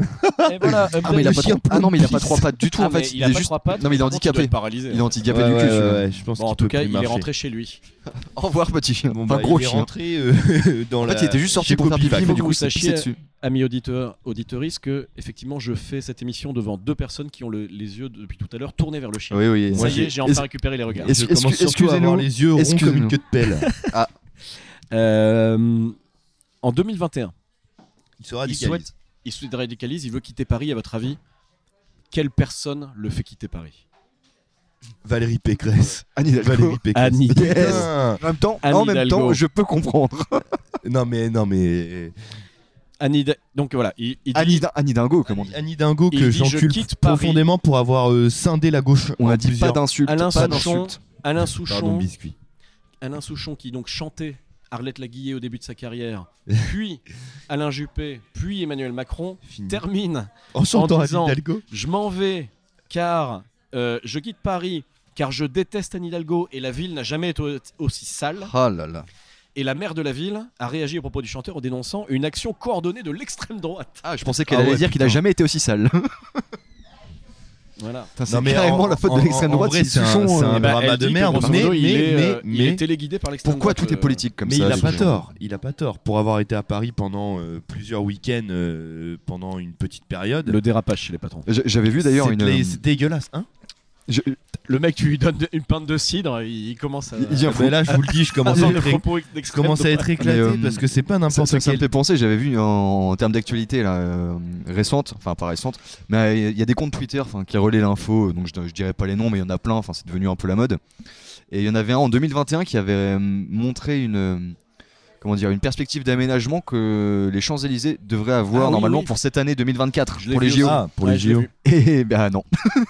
E: Et voilà,
G: Ah, mais il a
F: Le
G: pas
F: chien
G: trois- ah non, mais il a pas
F: plein de
G: trois pattes du tout
E: Ah,
G: en
E: mais
G: fait.
E: il a
G: est
E: pas
G: juste.
E: trois pattes,
G: Non, mais il est
E: par contre, doit
G: handicapé.
E: être paralysé. hein.
G: Il est handicapé
F: Ouais,
G: du cul.
F: ouais,
G: celui-là.
F: ouais, je pense
E: Bon, en
F: qu'il
E: tout
F: peut
E: cas,
F: plus
E: il est
F: marcher.
E: rentré chez lui.
G: Au revoir, petit chien.
F: Bon,
G: Enfin,
F: bah,
G: gros
F: il est
G: chien.
F: rentré euh, dans
G: En
F: la.
G: fait, il était juste sorti
F: chez
G: pour faire
F: Copivac.
G: pipi, mais du
E: Vous
G: coup, il s'est
E: sachiez-
G: pissé dessus.
E: Amis auditeurs, auditeuriste, que effectivement, je fais cette émission devant deux personnes qui ont le- les yeux depuis tout à l'heure tournés vers le chien.
G: Oui, oui.
E: Ça
F: Moi,
E: y est, j'ai enfin récupéré les regards.
G: Est-ce-
F: Je
G: Excu-
F: commence surtout à
G: excusez-nous.
F: avoir les yeux ronds comme une
G: Excusez-nous.
F: queue de pelle.
E: Euh, en 2021,
F: Il se
E: il
F: radicalise.
E: souhaite, il souhaite radicalise, il veut quitter Paris. À votre avis, quelle personne le fait quitter Paris
F: Valérie Pécresse.
G: Annie
F: Valérie
G: Hidalgo.
F: Pécresse.
E: Annie.
F: Putain.
G: En même temps,
E: Anne
G: en même
E: Hidalgo.
G: temps, je peux comprendre.
F: Non mais non mais
E: Annie. Da- Donc voilà, il, il dit-
G: Annie, Din- Annie Dingo, comment on dit
F: Annie Dingo
E: Il
F: que
E: dit, je
F: j'encule
E: quitte Paris.
F: profondément pour avoir euh, scindé la gauche.
G: On
F: en
G: a dit pas
F: plusieurs.
G: d'insulte,
E: Alain
G: pas
E: Souchon.
G: d'insulte.
E: Alain
F: Pardon
E: Souchon,
F: biscuit.
E: Alain Souchon qui donc chantait Arlette Laguillet au début de sa carrière, puis Alain Juppé, puis Emmanuel Macron,
F: Fini.
E: termine
F: En chantant
E: en
F: Annie
E: disant-
F: Hidalgo.
E: Je m'en vais car euh, je quitte Paris car je déteste Anne Hidalgo et la ville n'a jamais été au- aussi sale.
G: Ah là là.
E: Et la maire de la ville a réagi au propos du chanteur en dénonçant une action coordonnée de l'extrême droite.
G: Ah, je pensais qu'elle
F: Ah
G: allait
F: ouais,
G: dire qu'il a
F: putain.
G: jamais été aussi sale.
E: Voilà.
G: Putain,
F: Non,
G: C'est
F: mais
G: carrément
F: en-
G: la faute
F: en-
G: de l'extrême
F: en- en
G: droite.
F: vrai,
G: si
F: c'est un-
G: Souchon,
F: c'est
G: euh,
F: un-
E: Eh ben,
F: drama
E: elle
F: de
E: dit que,
F: merde,
E: grosso
F: mais-
E: modo, il,
F: mais-
E: est, euh,
F: mais-
E: il est
F: mais-
E: téléguidé par l'extrême
G: Pourquoi
E: droite.
G: tout est
E: euh,
G: politique comme
F: Mais
G: ça
F: il a
G: ce
F: pas
G: genre
F: tort. Il a pas tort pour avoir été à Paris pendant euh, plusieurs week-ends, euh, pendant une petite période.
E: Le dérapage chez les patrons.
G: J- J'avais vu d'ailleurs
F: c'est
G: une.
F: dé-
G: euh,
F: c'est dégueulasse, hein
G: je-
E: Le mec, tu lui donnes une pinte de cidre, il, commence à.
G: Il Ah, dit un
F: Ah, Mais là, je vous le dis, je commence à
E: avoir des
F: être,
E: propos
F: je commence à être éclaté
G: Mais, euh,
F: parce que c'est pas
G: Ça,
F: n'importe
G: ça- ça me
F: quel.
G: fait penser, j'avais vu en, en termes d'actualité là, euh, récente, enfin pas récente, mais euh, il y a des comptes Twitter enfin, qui relaient l'info, euh, donc je, je dirais pas les noms, mais il y en a plein, enfin c'est devenu un peu la mode. Et il y en avait un en 2021 qui avait euh, montré une, euh, comment dire, une perspective d'aménagement que les Champs-Élysées devraient avoir
E: Ah oui,
G: normalement
E: oui.
G: pour cette année 2024,
E: Je l'ai
G: pour les
E: vu
G: JO.
E: aussi.
F: Ah, pour
E: Ouais,
F: les
E: je l'ai
F: JO.
E: vu.
G: Et bah non,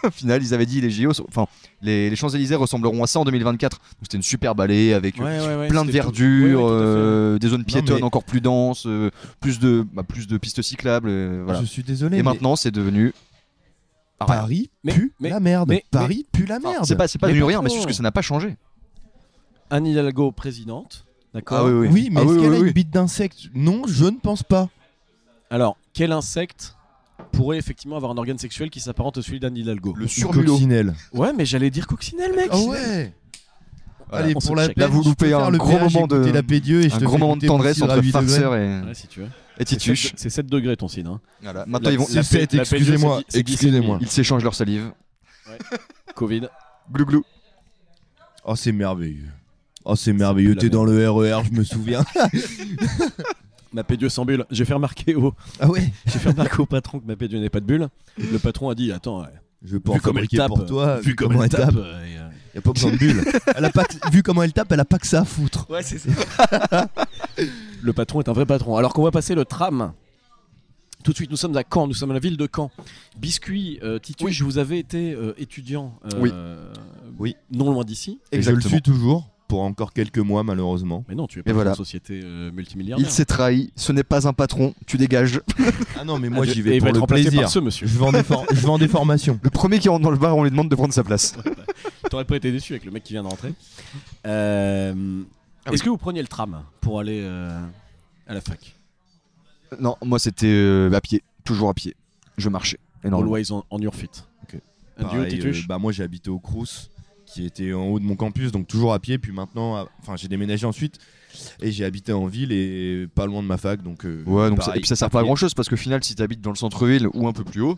G: au final ils avaient dit les JO, sont- enfin les, les Champs-Élysées ressembleront à ça en 2024. Donc c'était une super allée avec euh,
E: Ouais, ouais, ouais,
G: plein de
E: c'était tout-
G: verdure,
E: ouais, ouais, tout à fait.
G: euh, des zones piétonnes
F: mais-
G: encore plus denses, euh, plus de bah, plus de pistes cyclables, euh, voilà.
F: Je suis désolé.
G: Et
F: mais
G: maintenant c'est devenu Ah, ouais.
F: Paris
E: Mais-
F: pue
E: mais-
F: la merde.
E: mais-
F: Paris pue la
G: Enfin,
F: merde.
G: c'est pas c'est pas
E: Mais
G: devenu rien, mais c'est
E: pourquoi
G: juste que ça n'a pas changé.
E: Anne Hidalgo présidente. D'accord.
F: Oui, mais
G: Ah
F: est-ce
G: oui,
F: qu'elle
G: oui,
F: a
G: oui.
F: une bite d'insecte Non, je ne pense pas.
E: Alors, quel insecte pourrait effectivement avoir un organe sexuel qui s'apparente à celui d'Anne Hidalgo
G: le
F: Une
G: surbulot.
F: coccinelle.
E: Ouais, mais j'allais dire coccinelle, mec.
F: Ah ouais.
E: Voilà,
F: Allez,
E: on se
F: pour la
E: check.
F: peine,
G: Là, vous
F: je peux
G: loupez
F: faire
G: un
F: le
G: gros
F: péage,
G: moment de-
F: écouter la P2 et je
G: Un
F: te
G: grand
F: fais
G: moment de
F: écouter mon
G: tendresse
F: cidre à
G: entre
F: 8 degrés.
G: farceur et,
E: Ouais, si tu veux.
G: et Tituche.
E: C'est 7 degrés ton signe. hein.
G: Voilà. Maintenant
E: La-
G: ils vont
E: la-
F: C'est sept,
E: la- la-
F: excusez-moi,
E: c'est dix-
F: excusez-moi.
G: ils s'échangent leur salive.
E: Covid.
G: Glou glou.
F: Oh, c'est merveilleux. Oh, c'est merveilleux.
E: la
F: T'es dans le RER, je me souviens.
E: Ma P2 sans bulle. J'ai fait remarquer au,
F: ah ouais
E: j'ai fait remarquer au patron que ma P2 n'est pas de bulle. Le patron a dit Attends, ouais,
F: Je peux en
E: vu comme elle
F: fabriquer
E: tape,
F: pour toi.
E: vu comme elle tape. euh, et, euh,
F: Y a pas besoin de bulle. Elle a pas que- vu comment elle tape, elle a pas que ça à foutre.
E: Le patron est un vrai patron. Alors qu'on va passer le tram. Tout de suite, nous sommes à Caen, nous sommes à la ville de Caen. Biscuit, euh, Titus, je vous avais été euh, étudiant euh,
F: Oui.
E: non loin d'ici.
F: Et je le suis toujours, pour encore quelques mois malheureusement.
E: Mais non, tu es
G: Et
E: pas
G: voilà.
E: dans une société euh, multimilliardaire.
G: Il s'est trahi, ce n'est pas un patron, tu dégages.
F: Ah non, mais moi
E: Ah,
F: j'y
E: et
F: vais
E: il va
F: pour
E: être
F: le
E: remplacé
F: plaisir.
E: Par ce monsieur.
F: Je vends, des for- je vends des formations.
G: Le premier qui rentre dans le bar, on lui demande de prendre sa place.
F: Ah
E: T'aurais pas été déçu avec le mec qui vient de rentrer. Euh,
G: Ah
E: Est-ce que vous preniez le tram pour aller euh, à la fac
G: Non, moi c'était euh, à pied, toujours à pied. Je marchais énormément.
E: Always on, on your feet.
F: Ok.
E: And you,
F: Pareil,
E: Tituche
F: euh, bah moi j'ai habité au Crous qui était en haut de mon campus donc toujours à pied puis maintenant à- enfin j'ai déménagé ensuite et j'ai habité en ville et pas loin de ma fac donc euh,
G: Ouais, donc ça,
F: pareil,
G: et puis ça sert pas à
F: pied.
G: grand chose parce qu'au final, si t'habites dans le centre-ville ou un peu plus haut,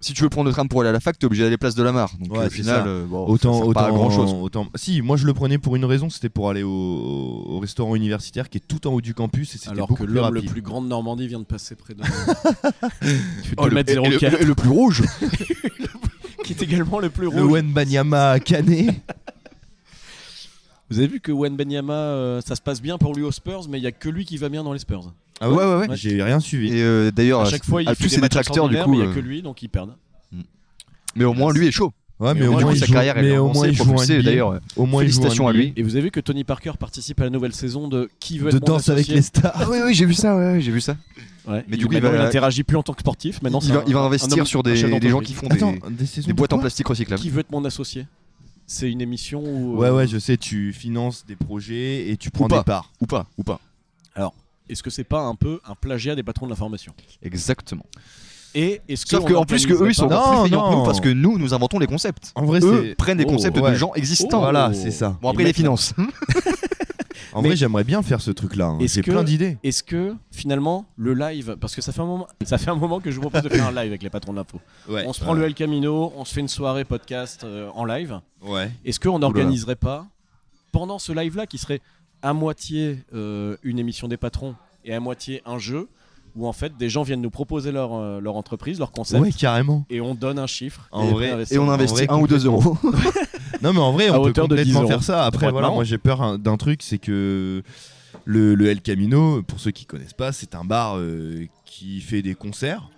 G: si tu veux prendre le tram pour aller à la fac, t'es obligé d'aller place de la Mare. Donc
F: Ouais,
G: au
F: c'est
G: final,
F: ça.
G: euh, bon, ça
F: autant
G: sert
F: autant
G: pas à grand chose.
F: autant si moi je le prenais pour une raison c'était pour aller au, au restaurant universitaire qui est tout en haut du campus et c'était
E: Alors
F: beaucoup
E: que
F: plus
E: l'homme le
F: rapide
E: plus grand de Normandie vient de passer près de. Tu
G: Oh, le- et- et le- et le plus rouge
E: qui est également le plus
F: le
E: rouge.
F: Wenbanyama à Canet
E: Vous avez vu que Wen Benyama, ça se passe bien pour lui aux Spurs, mais il y a que lui qui va bien dans les Spurs.
F: ah
G: Ouais, ouais, ouais.
F: j'ai rien suivi
G: Et euh, d'ailleurs,
E: à chaque fois, il
G: à
E: fait
G: tous
E: des
G: ses
E: matchs
G: détracteurs du
E: extraordinaires,
G: coup.
E: mais il y a
G: euh,
E: que lui, donc ils perdent.
G: Mais au moins, lui est chaud.
F: ouais mais,
E: Mais
F: au
E: au
G: Du
F: moins
G: coup,
F: il
G: sa
F: joue-
G: carrière elle
F: mais
G: est
F: au moins
G: relancée,
F: il joue en
G: propulsée.
F: NBA.
G: D'ailleurs, euh,
F: au moins il joue en
G: félicitations à
F: NBA.
G: lui.
E: Et vous avez vu que Tony Parker participe à la nouvelle saison de Qui veut
F: de
E: être mon
F: danse avec
E: associé
F: les stars
G: Ah oui, oui, j'ai vu ça, ouais, ouais, j'ai vu ça.
E: Ouais.
G: Mais
E: Il-
G: du coup, il va-
E: maintenant, il interagit plus en tant que sportif. Maintenant,
G: il,
E: c'est
G: va,
E: un-
G: il va
E: un
G: investir
E: homme-
G: sur
E: un
G: des,
E: chef
G: des gens
E: d'entreprise.
G: qui font
F: attends
G: des,
F: des saisons
G: des
F: de
G: boîtes en
F: quoi
G: plastique recyclable.
E: Qui veut être mon associé C'est une émission où.
F: Ouais,
E: euh,
F: ouais, je sais, tu finances des projets et tu prends
G: pas.
F: des parts.
G: Ou pas, ou pas.
E: Est-ce que c'est pas un peu un plagiat des patrons de l'information
G: Exactement.
E: Et est-ce que
G: Sauf
E: on
G: qu'en plus que
E: organiserait
G: eux ils sont
E: pas-
G: encore
F: Non,
G: plus payants que
F: non.
G: nous parce que nous nous inventons les concepts.
F: En vrai,
G: Eux
F: c'est.
G: prennent des
E: Oh,
G: concepts de
F: ouais.
G: gens existants.
E: Oh.
F: Voilà, c'est ça.
G: Bon après
E: Ils
G: les
E: mettent-
G: finances. hein,
F: En
E: Mais-
F: vrai, j'aimerais bien faire ce truc-là. hein.
E: Est-ce
F: J'ai
E: que-
F: plein d'idées.
E: Est-ce que finalement le live, parce que ça fait un moment, ça fait un moment que je vous propose de faire un live avec les patrons de l'info.
F: Ouais.
E: on se prend le El Camino, on se fait une soirée podcast euh, en live.
F: Ouais.
E: Est-ce qu'on n'organiserait pas pendant ce live-là qui serait à moitié euh, une émission des patrons et à moitié un jeu où en fait des gens viennent nous proposer leur, euh, leur entreprise, leur concept
F: Ouais, carrément.
E: et on donne un chiffre
F: En
E: et,
F: vrai,
E: après,
G: Et on
F: En
G: investit
F: vrai,
G: 1 ou 2 euros.
F: Non, mais en vrai,
E: À
F: on peut
E: hauteur de 10
F: complètement
E: euros.
F: faire ça.
E: Ça pourrait
F: Après,
E: être
F: voilà,
E: marrant.
F: moi j'ai peur hein, d'un truc, c'est que le, le El Camino, pour ceux qui connaissent pas, c'est un bar euh, qui fait des concerts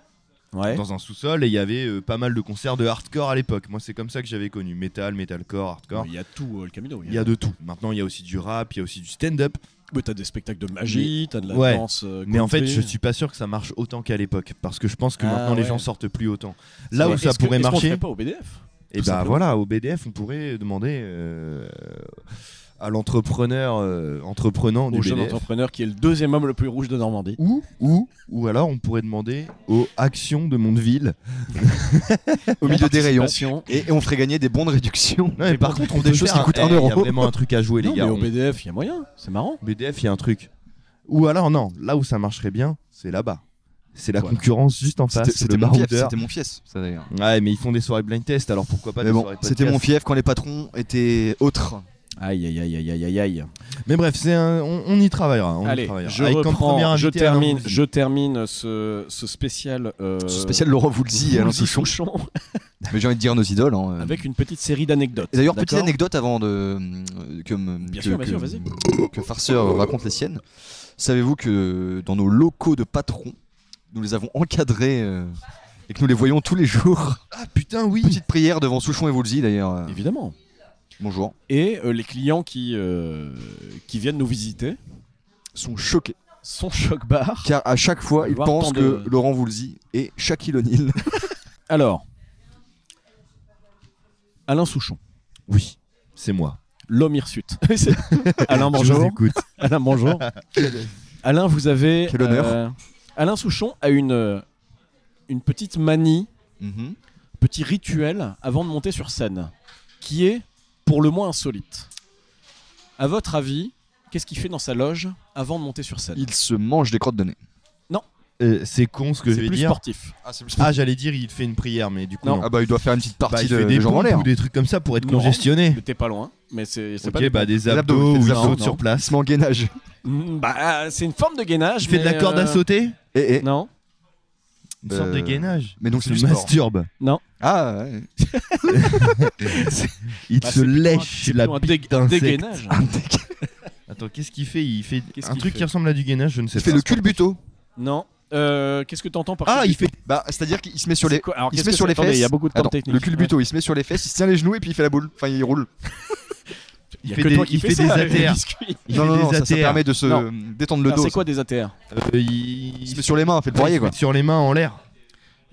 E: Ouais.
F: dans un sous-sol et il y avait euh, pas mal de concerts de hardcore à l'époque. Moi, c'est comme ça que j'avais connu. Metal, metalcore, hardcore.
E: Il y a tout euh, El Camino.
F: Il y a de tout. Maintenant, il y a aussi du rap, il y a aussi du stand-up.
E: Mais t'as des spectacles de magie, t'as de la
F: Ouais.
E: danse. euh,
F: Mais en fait,
E: country.
F: je suis pas sûr que ça marche autant qu'à l'époque, parce que je pense que
E: Ah
F: maintenant les
E: ouais.
F: gens sortent plus autant. Là
E: Ouais.
F: où ça
E: Est-ce que-
F: pourrait
E: est-ce qu'on
F: marcher,
E: ferait pas au BDF.
F: et
E: tout
F: bah
E: simplement
F: voilà, au BDF, on pourrait demander euh, à l'entrepreneur, euh, entreprenant du
E: Au jeune
F: BDF,
E: entrepreneur qui est le deuxième homme le plus rouge de Normandie.
F: ou ou ou alors on pourrait demander aux actions de Mondeville.
G: au milieu des rayons.
E: Participation.
G: Et, et on ferait gagner des bons de réduction.
F: Non, mais par contre, on peut
G: des choses
F: faire
G: qui coûtent
F: un-
G: un
F: eh,
G: euro.
F: Il y a vraiment un truc à jouer,
E: Non,
F: les gars.
E: mais au
F: On-
E: BDF, il y a moyen, c'est marrant.
F: BDF, il y a un truc. Ou alors non, là où ça marcherait bien, c'est là-bas. C'est la
E: Voilà.
F: concurrence juste en
G: C'était
F: face.
G: c'était
F: C'était
G: mon fief, c'était mon fief, ça d'ailleurs.
F: Ouais, mais ils font des soirées blind test, alors pourquoi pas
G: Mais
F: des
G: bon,
F: soirées
G: c'était
F: podcast.
G: mon fief quand les patrons étaient autres.
E: Euh, Aïe, aïe, aïe, aïe, aïe, aïe, aïe.
F: Mais bref, c'est un- on, on y travaillera. On y
E: Allez,
F: travaillera.
E: je
F: Avec comme premier
E: reprends, je
F: invité, Alain
E: termine,
F: Monzi.
E: je termine ce, ce spécial. euh,
G: Ce spécial Laurent Voulzy et Alain
E: Woolsey
G: Souchon.
E: Souchon,
G: Mais j'ai envie de dire nos idoles. hein.
E: avec une petite série d'anecdotes.
G: Et D'ailleurs, petite
E: d'accord
G: anecdote avant de euh, que, me-
E: Bien
G: que-
E: sûr, bien
G: que-
E: sûr, vas-y.
G: que Farceur raconte les siennes. Savez-vous que dans nos locaux de patrons, nous les avons encadrés euh, et que nous les voyons tous les jours.
F: Ah putain, oui.
G: Petite prière devant Souchon et Woolsey d'ailleurs. euh,
E: Évidemment.
G: Bonjour.
E: Et euh, les clients qui, euh, qui viennent nous visiter
G: Sont choqués
E: sont choc bar.
G: car à chaque fois, ils
E: Voir
G: pensent
E: tant de-
G: que Laurent Woolsey est Shaquille O'Neal.
E: Alors, Alain Souchon,
F: Oui, c'est moi.
E: l'homme hirsute. Alain,
F: Je vous
E: bonjour.
F: écoute.
E: Alain, bonjour. Alain, vous avez.
G: Quel honneur.
E: euh, Alain Souchon a une, euh, une petite manie,
G: Mhm.
E: petit rituel avant de monter sur scène, qui est pour le moins insolite. À votre avis, qu'est-ce qu'il fait dans sa loge avant de monter sur scène
G: Il se mange des crottes de nez.
F: Euh, c'est con ce que je
E: C'est
F: vais
E: plus
F: dire.
E: sportif.
G: Ah, c'est
F: Ah, j'allais dire, il fait une prière, mais du coup,
E: Non.
F: non.
G: Ah bah il doit faire une petite
F: Bah,
G: partie
F: il fait
G: de,
F: des
G: de jambes en
F: pompes
G: l'air.
F: ou des trucs comme ça pour être
E: Non.
F: congestionné.
E: Mais T'es pas loin, mais c'est c'est
F: Ok,
E: pas. des-
F: bah des
G: Des abdos,
F: abdos
G: il fait
F: où
G: des
F: il
G: abdos,
F: saute
G: non.
F: sur
G: Il
F: place.
G: se met en gainage.
E: Mm, bah, c'est une forme de gainage.
F: Il fait de la
E: mais,
F: corde à
E: euh,
F: sauter
G: Et, et-
E: Non.
F: Une sorte de
G: Euh,
F: gainage.
G: Mais donc c'est
F: Il
G: du
F: se
G: sport.
F: masturbe.
G: Ah ouais.
F: Il
E: Bah,
F: se
E: c'est plutôt un-
F: lèche
E: c'est
F: la
E: plutôt un
F: pique
E: dég-
F: d'un sec.
E: dégainage.
F: Attends, qu'est-ce qu'il fait Il fait
E: Qu'est-ce
F: un
E: qu'il
F: truc
E: fait
F: qui ressemble à du gainage, je ne sais
G: Il fait
F: pas.
G: le culbuto.
E: Non. Euh, Qu'est-ce que t'entends par
F: Ah, il fait.
G: Bah, c'est-à-dire qu'il se met sur
E: C'est
G: les
E: quoi Alors,
G: il se
E: qu'est-ce
G: met
E: que
G: sur
E: c'est
G: les
E: Attendez,
G: fesses.
E: Il y a beaucoup de termes
G: Attends,
E: techniques.
G: le culbuto, il se met sur les fesses, il se tient les genoux et puis il fait la boule. Enfin, il roule.
E: Il y
F: Il
E: a
F: fait
E: que
F: des-
E: toi qui
F: il
E: fais
F: fait
E: ça,
F: des
E: avec les
F: ATR.
E: biscuits.
F: Il
G: non,
F: fait
G: non, non,
F: des
G: ça, ça
F: ATR.
G: permet de se
E: Non.
G: détendre le
E: Alors,
G: dos.
E: C'est quoi des ATR
F: Euh, il-
G: Il se met sur les mains, fait le
F: il
G: poirier
F: se
G: quoi.
F: met sur les mains en l'air.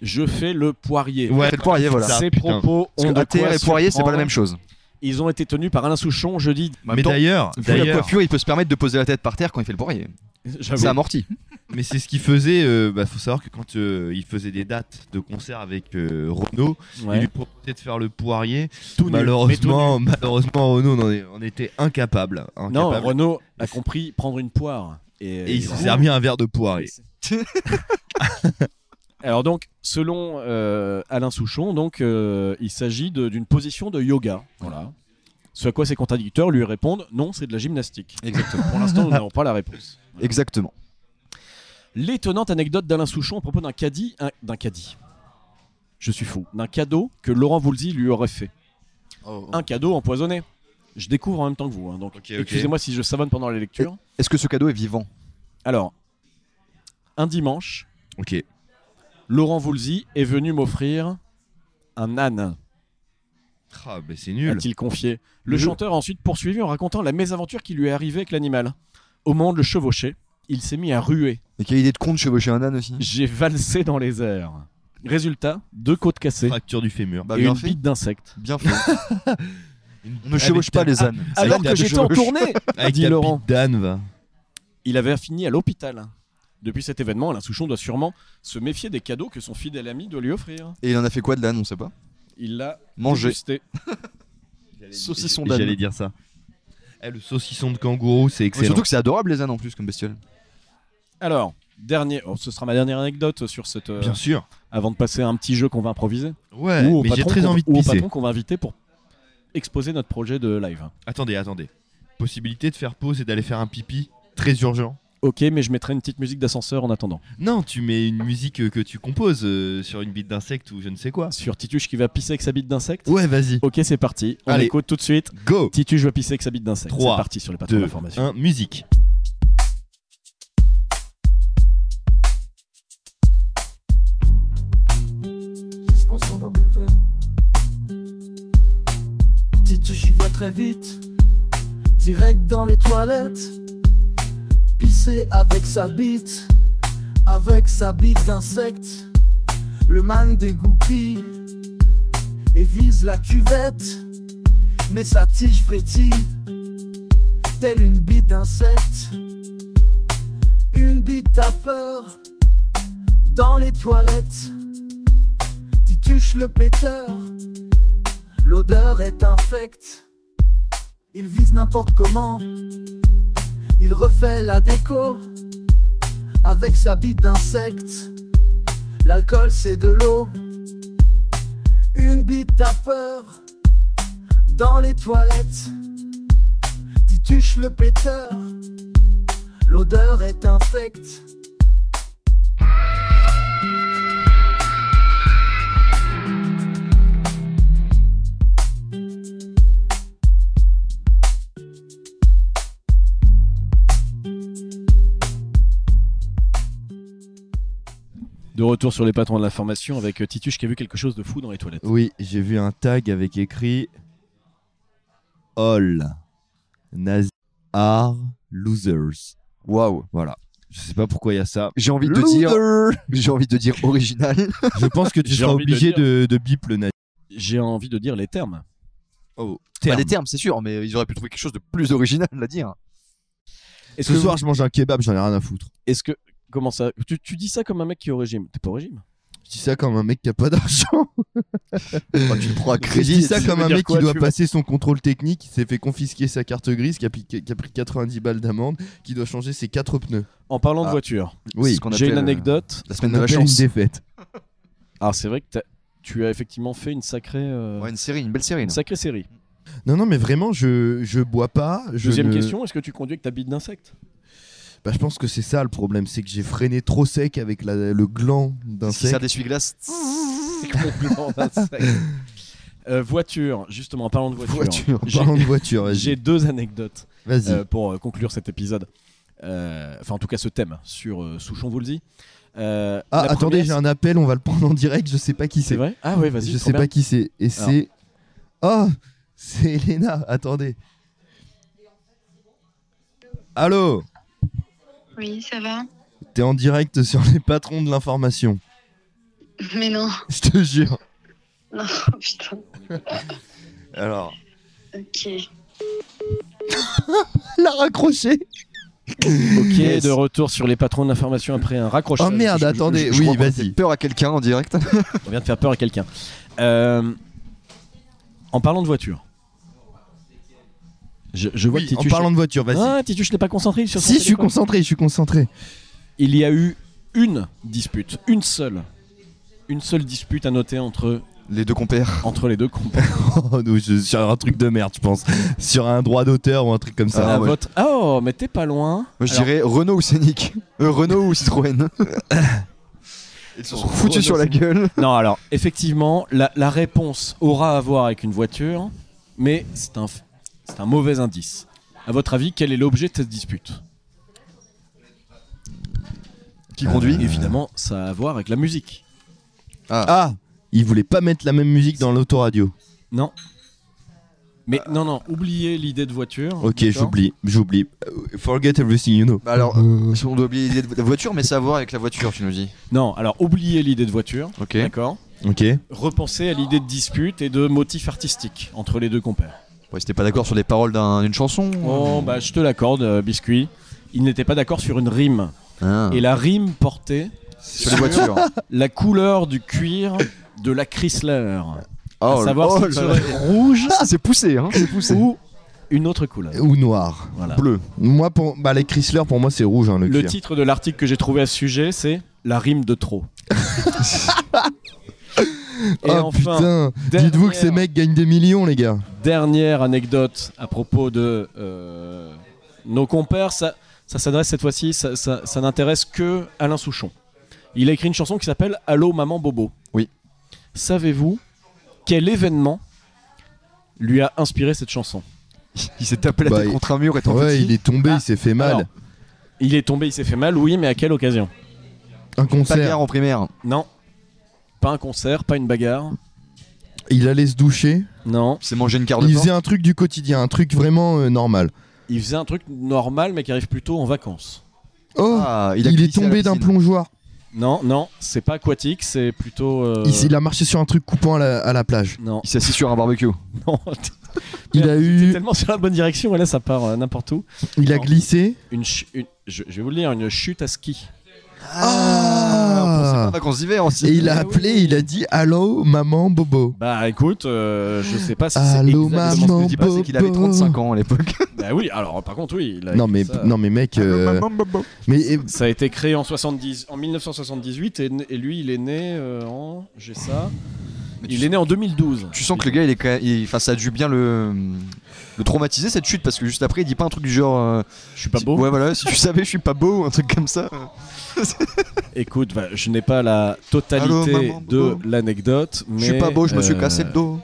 E: Je fais le poirier.
F: Ouais.
G: Fait le poirier, voilà.
F: ça,
E: Ces
F: putain.
E: propos
G: Parce
E: ont
G: que
E: de
G: ATR
E: quoi
G: et poirier, c'est pas la
E: surprendre
G: même chose.
E: Ils ont été tenus par Alain Souchon jeudi.
G: En même
F: mais
G: temps,
F: d'ailleurs,
G: vu la
F: d'ailleurs,
G: coiffure, il peut se permettre de poser la tête par terre quand il fait le poirier.
E: J'avoue.
G: Ça amortit.
F: mais c'est ce qu'il faisait. euh, bah, faut savoir que quand euh, il faisait des dates de concert avec euh, Renaud,
E: Ouais.
F: il lui proposait de faire le poirier.
E: Tout nu, mais tout nu.
F: malheureusement, malheureusement, Renaud en, est- en était incapable.
E: Non,
F: incapable.
E: Renault a compris prendre une poire. Et,
F: et il s'est
E: Voilà.
F: servi un verre de poirier.
E: Alors donc, selon euh, Alain Souchon, donc euh, il s'agit de- d'une position de yoga. Voilà. Ce à quoi ses contradicteurs lui répondent non, c'est de la gymnastique.
G: Exactement.
E: Pour l'instant, nous n'avons pas la réponse.
G: Exactement.
E: L'étonnante anecdote d'Alain Souchon à propos d'un caddie, un- d'un caddie. Je suis fou. D'un cadeau que Laurent Voulzy lui aurait fait. Un cadeau empoisonné. Je découvre en même temps que vous. hein, donc,
F: Ok, ok.
E: excusez-moi si je savonne pendant la lecture.
G: Est-ce que ce cadeau est vivant
E: Alors, un dimanche,
F: Ok.
E: Laurent Voulzy est venu m'offrir un âne,
F: Ah, mais c'est nul.
E: a-t-il confié. Le
F: Nul.
E: chanteur a ensuite poursuivi en racontant la mésaventure qui lui est arrivée avec l'animal. Au moment de le chevaucher, il s'est mis à ruer.
G: Et quelle idée de con de chevaucher un âne aussi
E: J'ai valsé dans les airs. Résultat, deux côtes cassées
F: Fracture du fémur.
G: Bah,
E: et
G: bien
E: une
G: fait.
E: bite d'insecte.
G: Bien fait. On ne chevauche pas les ânes.
F: Ah,
E: Alors
F: il a
E: que j'étais en
G: chevauché.
E: tournée
F: Avec
E: dit
F: ta
E: Laurent.
F: bite d'âne, va.
E: Il avait fini à l'hôpital. Depuis cet événement, Alain Souchon doit sûrement se méfier des cadeaux que son fidèle ami doit lui offrir.
G: Et il en a fait quoi de l'âne On sait pas.
E: Il l'a
G: Manger.
E: dégusté.
G: Saucisson
F: J'allais-
G: d'âne.
F: J'allais dire ça. Eh, le saucisson de kangourou, c'est
G: Mais
F: excellent.
G: Surtout que c'est adorable les ânes en plus comme bestiole.
E: Alors, dernier, oh, ce sera ma dernière anecdote sur cette. euh,
F: Bien sûr.
E: avant de passer à un petit jeu qu'on va improviser.
F: Ouais,
E: ou au
F: mais j'ai
E: patron
F: très
E: qu'on-
F: envie de
E: ou au
F: pisser.
E: patron qu'on va inviter pour exposer notre projet de live.
F: Attendez, attendez. Possibilité de faire pause et d'aller faire un pipi Très urgent.
E: Ok, mais je mettrai une petite musique d'ascenseur en attendant.
F: Non, tu mets une musique euh, que tu composes euh, sur une bite d'insecte ou je ne sais quoi.
E: Sur Tituche qui va pisser avec sa bite d'insecte.
F: Ouais, vas-y.
E: Ok, c'est parti. On
F: Allez.
E: écoute tout de suite.
F: Go
E: Tituche va pisser avec sa bite d'insecte. C'est
F: Trois,
E: parti sur les patrons de
F: 2,
E: la formation.
F: 1, musique.
H: Titouche y va très vite, direct dans les toilettes, pisser avec sa bite, avec sa bite d'insecte, le man dégoupille et vise la cuvette, mais sa tige frétille, telle une bite d'insecte, une bite à peur, dans les toilettes, Tituche le péteur. L'odeur est infecte. Il vise n'importe comment. Il refait la déco avec sa bite d'insecte. L'alcool c'est de l'eau. Une bite à peur dans les toilettes. Tituche le péteur. L'odeur est infecte.
E: De retour sur les patrons de la formation avec euh, Tituche qui a vu quelque chose de fou dans les toilettes.
F: Oui, j'ai vu un tag avec écrit All Nazis are losers.
G: Waouh.
F: Voilà. Je sais pas pourquoi il y a ça.
G: J'ai envie de dire. J'ai envie de dire original.
F: Je pense que tu
E: J'ai
F: seras
E: envie de
F: obligé
E: dire.
F: de, de bip le nazi.
E: J'ai envie de dire les termes.
F: Oh,
G: Pas les termes, c'est sûr, mais ils auraient pu trouver quelque chose de plus original à dire.
E: Est-ce
F: Ce
E: que
F: soir, je mange un kebab, j'en ai rien à foutre.
E: est-ce que comment ça tu, tu dis ça comme un mec qui est au régime T'es pas au régime
F: Je dis ça comme un mec qui a pas d'argent. Bah,
G: Enfin, Oh, tu le prends à
F: Je
G: crédit.
F: dis ça
G: tu-
F: comme
E: veut
F: un
E: dire
F: mec
E: quoi,
F: qui doit
E: tu veux
F: passer son contrôle technique, qui s'est fait confisquer sa carte grise, qui a, pi- qui a pris 90 balles d'amende, qui doit changer ses quatre pneus.
E: En parlant de
G: Ah.
E: voiture,
G: Oui,
F: ce
G: qu'on
E: j'ai
G: appelle,
E: une
G: euh,
E: anecdote.
G: La
F: qu'on
G: semaine de la
F: appelle une
G: chance.
F: défaite.
E: Alors Ah, c'est vrai que t'as- tu as effectivement fait une sacrée euh,
G: Ouais, une série, une belle série.
E: une
G: là.
E: sacrée série.
F: Non, non, mais vraiment, je, je bois pas. Je
E: Deuxième
F: ne-
E: question, est-ce que tu conduis avec ta bite d'insecte
F: Bah, je pense que c'est ça le problème, c'est que j'ai freiné trop sec avec la- le gland d'un
G: Est-ce qu'il sert
F: sec.
G: d'essuie-glace
E: Compliment d'insecte. Euh, voiture, justement, en parlant de voiture,
G: Voiture,
E: j'ai-
F: Parlant de voiture,
E: j'ai
F: vas-y.
E: deux anecdotes
F: Vas-y.
E: euh, pour euh, conclure cet épisode. Euh, Enfin, en tout cas, ce thème sur euh, Souchon Voulzy. Euh,
F: ah,
E: la
F: attendez,
E: première,
F: j'ai un appel, on va le prendre en direct, je sais pas qui
E: C'est
F: c'est.
E: vrai Ah oui, vas-y.
F: Je
E: trop
F: sais
E: bien.
F: pas qui c'est. Et c'est. Oh C'est Elena, attendez. Allô
I: Oui, ça va.
F: T'es en direct sur les patrons de l'information.
I: Mais non. Oh,
F: Je te jure.
I: Non, putain.
F: Alors.
I: Ok.
F: La raccroché
E: Ok,
F: Yes.
E: de retour sur les patrons d'information après un raccrochage.
F: Oh merde,
E: Je- je-
F: attendez,
E: je
F: oui,
E: crois qu'on
F: vas-y.
G: Peur à quelqu'un en direct.
E: On vient de faire peur à quelqu'un. Euh, en parlant de voiture. Je, je vois
F: Oui,
E: que
F: en
E: Titus-
F: parlant de voiture, vas-y.
E: Ah, Titus, je n'ai pas concentré sur son
F: si, je suis
E: téléphone.
F: concentré, je suis concentré.
E: Il y a eu une dispute, une seule. Une seule dispute à noter entre,
G: Les deux compères.
E: entre les deux compères.
F: Oh, non, je- sur un truc de merde, je pense. Sur un droit d'auteur ou un truc comme ça.
E: À
G: ouais.
E: votre- Oh, mais t'es pas loin.
G: Moi, je
E: Alors,
G: dirais Renault ou Scénic. Euh, Renault ou Citroën. Ils sont foutus
E: Renault,
G: sur la gueule.
E: Non, alors, effectivement, la, la réponse aura à voir avec une voiture, mais c'est un, f- c'est un mauvais indice. À votre avis, quel est l'objet de cette dispute
G: Qui conduit
E: Euh, Évidemment, ça a à voir avec la musique.
F: Ah Ils voulaient pas mettre la même musique dans l'autoradio.
E: Non. Mais non, non, oubliez l'idée de voiture.
F: Ok,
E: Oh, d'accord
F: j'oublie, j'oublie. Euh, Forget everything you know.
G: Bah alors,
F: Euh.
G: si on doit oublier l'idée de la voiture, mais ça a à voir avec la voiture, tu nous dis.
E: Non, alors oubliez l'idée de voiture,
G: Ok.
E: d'accord
F: Ok.
E: Repensez à l'idée de dispute et de motif artistique entre les deux compères.
G: Ouais, c'était pas d'accord sur les paroles d'un- d'une chanson
E: Oh, bah je te l'accorde, euh, Biscuit. Ils n'étaient pas d'accord sur une rime.
G: Ah.
E: Et la rime portait
G: Sur les voitures.
E: la couleur du cuir de la Chrysler.
G: Oh,
E: à savoir
G: oh
E: si
G: là
E: serait
G: là.
E: rouge
G: Ah, c'est poussé, hein. C'est poussé.
E: ou une autre couleur.
F: Ou noir.
E: Voilà.
F: Bleu. Moi, pour, bah, les Chrysler, pour moi, c'est rouge, hein, le,
E: Le
F: cuir.
E: titre de l'article que j'ai trouvé à ce sujet, c'est La rime de trop. Et
F: Ah,
E: enfin,
F: putain.
E: dernière-
F: Dites-vous que ces mecs gagnent des millions, les gars.
E: Dernière anecdote à propos de euh, nos compères, ça, ça s'adresse cette fois-ci, ça, ça- ça n'intéresse que Alain Souchon. Il a écrit une chanson qui s'appelle Allô maman Bobo.
G: Oui.
E: Savez-vous quel événement lui a inspiré cette chanson
G: Il s'est tapé la
F: Bah,
G: tête
F: il-
G: contre un mur étant
F: Ouais,
G: petit.
F: il est tombé,
E: Ah,
F: il s'est fait mal.
E: alors, Il est tombé, il s'est fait mal, oui, mais à quelle occasion
F: un
G: Pas
F: concert.
G: guerre en primaire.
E: Non. Pas un concert, pas une bagarre.
F: Il allait se doucher.
E: Non.
G: Il s'est mangé une carte de
F: Il
G: porc.
F: faisait un truc du quotidien, un truc vraiment euh, normal.
E: Il faisait un truc normal, mais qui arrive plutôt en vacances.
F: Oh,
G: Ah,
F: il,
G: a
F: est
G: glissé à la
F: tombé d'un
G: piscine.
F: plongeoir.
E: Non, non, c'est pas aquatique, c'est plutôt. euh,
F: Il, s- il a marché sur un truc coupant à la, à la plage.
E: Non,
G: Il s'est assis sur un barbecue.
E: non.
F: Il a eu,
E: tellement sur la bonne direction, et là ça part euh, n'importe où.
F: il a
E: Non.
F: glissé.
E: Une, ch- une- je, je vais vous le dire, une chute à ski.
G: C'est pas
F: Ah,
G: en vacances d'hiver aussi.
F: Et il a
E: oui,
F: appelé,
E: oui.
F: il a dit Allô, maman Bobo.
E: Bah écoute, euh, je sais pas si c'est
F: Allô,
E: exactement ce que
F: maman
E: je dis pas.
G: C'est qu'il avait 35 ans à l'époque.
E: Bah oui, alors par contre oui. il a
F: Non
E: écrit
F: mais,
E: ça.
F: non mais mec, euh, mais eh,
E: Ça a été créé en 70, en 1978 et, et lui il est né euh, en j'ai ça. Il est né en 2012.
G: Tu sens que le gars, il est quand même- il- enfin, ça a dû bien le, le traumatiser cette chute parce que juste après, il dit pas un truc du genre. euh,
E: Je suis pas
G: si-
E: beau.
G: Ouais, voilà, si tu savais, je suis pas beau, un truc comme ça.
E: Écoute, bah, je n'ai pas la totalité
G: Allô, maman,
E: de
G: maman.
E: l'anecdote, mais
G: Je suis pas beau, je me suis
E: euh,
G: cassé le dos.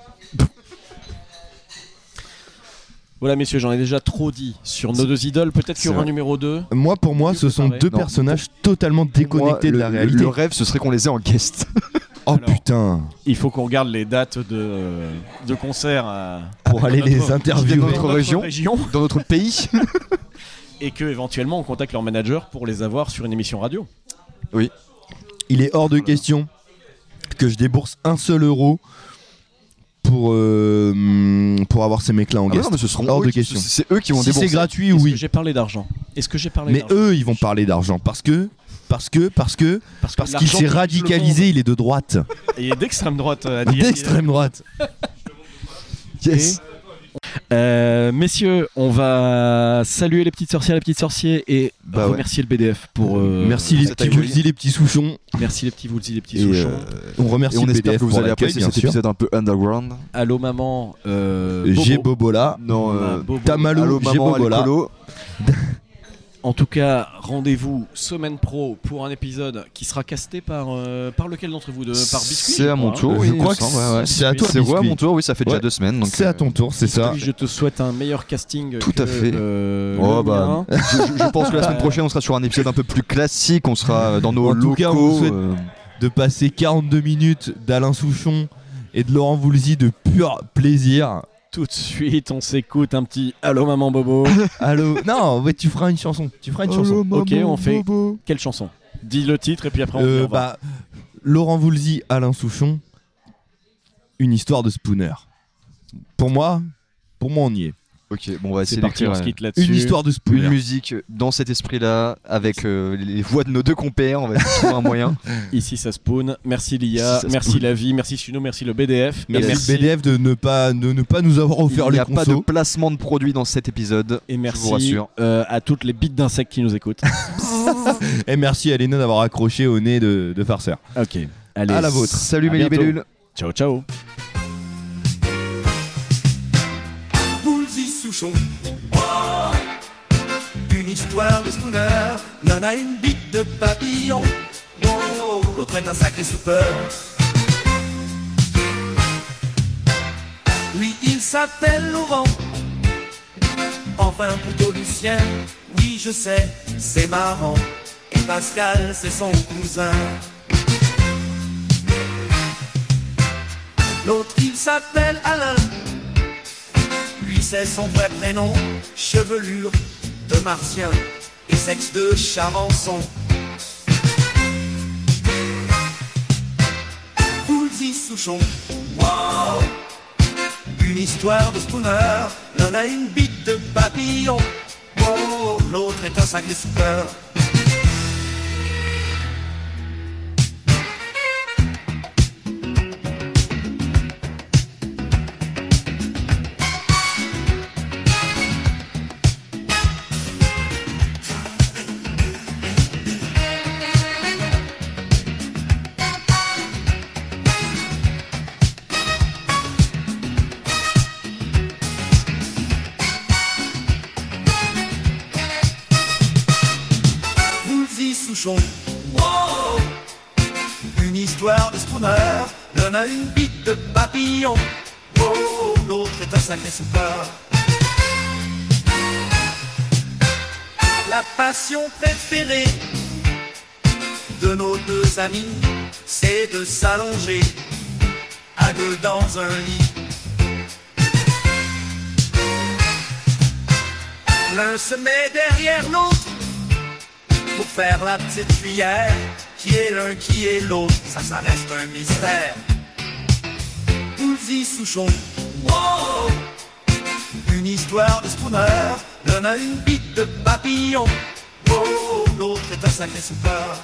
E: Voilà, messieurs, j'en ai déjà trop dit sur nos deux idoles. Peut-être qu'il y
G: C'est
E: aura un
G: vrai.
E: numéro 2
F: moi pour moi ce sont
E: Préparé.
F: deux
G: Non.
F: personnages totalement déconnectés
G: Moi,
F: de
G: le-
F: la
G: le-
F: réalité.
G: Le rêve, ce serait qu'on les ait en guest.
F: Oh
E: Alors.
F: putain,
E: Il faut qu'on regarde les dates de, euh, de concerts à-
F: pour aller les
E: notre-
G: Dans
E: dans
F: interviewer.
G: notre région.
E: région
G: Dans notre pays.
F: Ah
G: Ah
E: et que éventuellement on contacte leur manager pour les avoir sur une émission radio.
F: Il est hors de question que je débourse un seul euro pour, euh, mm, pour avoir ces mecs-là en
G: Ah bah
F: guest.
G: non, mais ce seront
F: Hors
G: eux
F: de
G: qui-
F: question.
G: C'est c'est eux qui vont
F: si c'est
G: débourser.
F: gratuit,
E: Est-ce
F: oui.
E: que j'ai parlé d'argent Est-ce que j'ai parlé
F: Mais
E: d'argent
F: eux, ils vont parler d'argent parce que, parce que, parce que,
E: Parce, que
F: parce qu'il
E: l'argent
F: s'est
E: touche le
F: radicalisé, il est de droite,
E: monde. Et d'extrême droite, euh, Adi.
F: d'extrême droite.
G: Yes.
E: Euh, messieurs, on va saluer les petites sorcières, les petites sorciers et
G: Bah ouais.
E: remercier le BDF pour. euh,
F: Merci les
G: cet
F: petits
G: accueil.
F: Woolsey, les petits Souchons.
E: Merci les petits Woolsey, les petits
F: Et,
E: Souchons.
F: euh, on remercie
G: Et on
F: le
G: espère
F: BDF
G: que vous
F: pour
G: allez
F: l'accueil,
G: apprécier
F: bien
G: cet
F: sûr.
G: épisode un peu underground.
E: Allô maman. euh,
F: J'ai
E: Bobo.
F: Bobo là.
G: Non,
E: Ma
G: euh,
E: Bobo.
F: Tamalo,
G: allô
F: j'ai
G: maman,
F: Bobo
G: allô,
F: là.
G: colo.
E: En tout cas, rendez-vous semaine pro pour un épisode qui sera casté par euh, par lequel d'entre vous deux Par Biscuit.
G: C'est
E: je
G: à mon
E: crois, hein.
G: tour,
F: Je
G: oui,
F: crois
G: il me
F: que
G: semble, ouais, ouais.
F: c'est à toi,
G: C'est ouais, à
F: Biscuit.
G: mon tour, oui, ça fait déjà
F: Ouais.
G: deux semaines. donc,
F: C'est à
G: euh,
F: ton tour, c'est ça.
E: Oui, je te souhaite un meilleur casting.
G: Tout
E: que,
G: à fait.
E: euh,
G: Oh,
E: le
G: bah,
E: mien.
G: je, je- je pense que la semaine prochaine, on sera sur un épisode un peu plus classique. On sera euh, dans nos
F: En tout
G: locaux.
F: cas, on vous souhaite-
G: euh,
F: de passer 42 minutes d'Alain Souchon et de Laurent Voulzy de pur plaisir.
E: Tout de suite, on s'écoute un petit Allô maman Bobo.
F: Allô Non, ouais, tu feras une chanson. Tu feras une chanson.
E: ok, on fait quelle chanson Dis le titre et puis après on
F: Euh,
E: dit au revoir.
F: bah, Laurent Voulzy, Alain Souchon, une histoire de spooner. Pour moi, Pour moi, on y est.
G: Ok, bon, on va
E: C'est
G: essayer
E: parti,
G: d'écrire
E: on se
G: euh,
E: quitte là-dessus.
F: Une histoire de spoiler.
G: une musique dans cet esprit-là, avec euh, les voix de nos deux compères. On va essayer de trouver un moyen.
E: Ici, ça spoon. Merci
G: Ici,
E: Lia,
G: ça
E: merci
G: spoon.
E: la vie, merci Suno, merci le BDF. et
F: Merci,
E: merci-
F: BDF de ne pas, de ne pas nous avoir offert
G: Il n'y
F: les
G: a pas de
F: consos.
G: placement de produit dans cet épisode.
E: Et merci
G: rassure.
E: euh, à toutes les bites d'insectes qui nous écoutent.
F: Et merci à Elena d'avoir accroché au nez de, de farceur.
E: ok, allez.
F: À la vôtre.
G: Salut
E: À
G: mes
E: bientôt.
G: libellules.
E: Ciao, ciao.
J: Woolsey Souchon. Une histoire de spooner, Nana une bite de papillon. Oh, l'autre est un sacré soupeur. Lui, il s'appelle Laurent. Enfin, plutôt Lucien. Oui, je sais, c'est marrant. Et Pascal, c'est son cousin. L'autre, il s'appelle Alain. Lui c'est son vrai prénom, chevelure de martien et sexe de charançon. Poulzy Souchon, wow Une histoire de spooner, l'un a une bite de papillon, wow L'autre est un sacré super. Woolsey Souchon. Wow Oh. une histoire de spooner donne à une bite de papillon. Wow, l'autre est un sacré soupeur. La passion préférée de nos deux amis, c'est de s'allonger à deux dans un lit. L'un se met derrière l'autre pour faire la petite cuillère. Qui est l'un, qui est l'autre, ça, ça reste un mystère. Poulzy Souchon, wow Une histoire de Oh, spooner donne à une bite de papillon. Wow, l'autre est un sacré soupeur.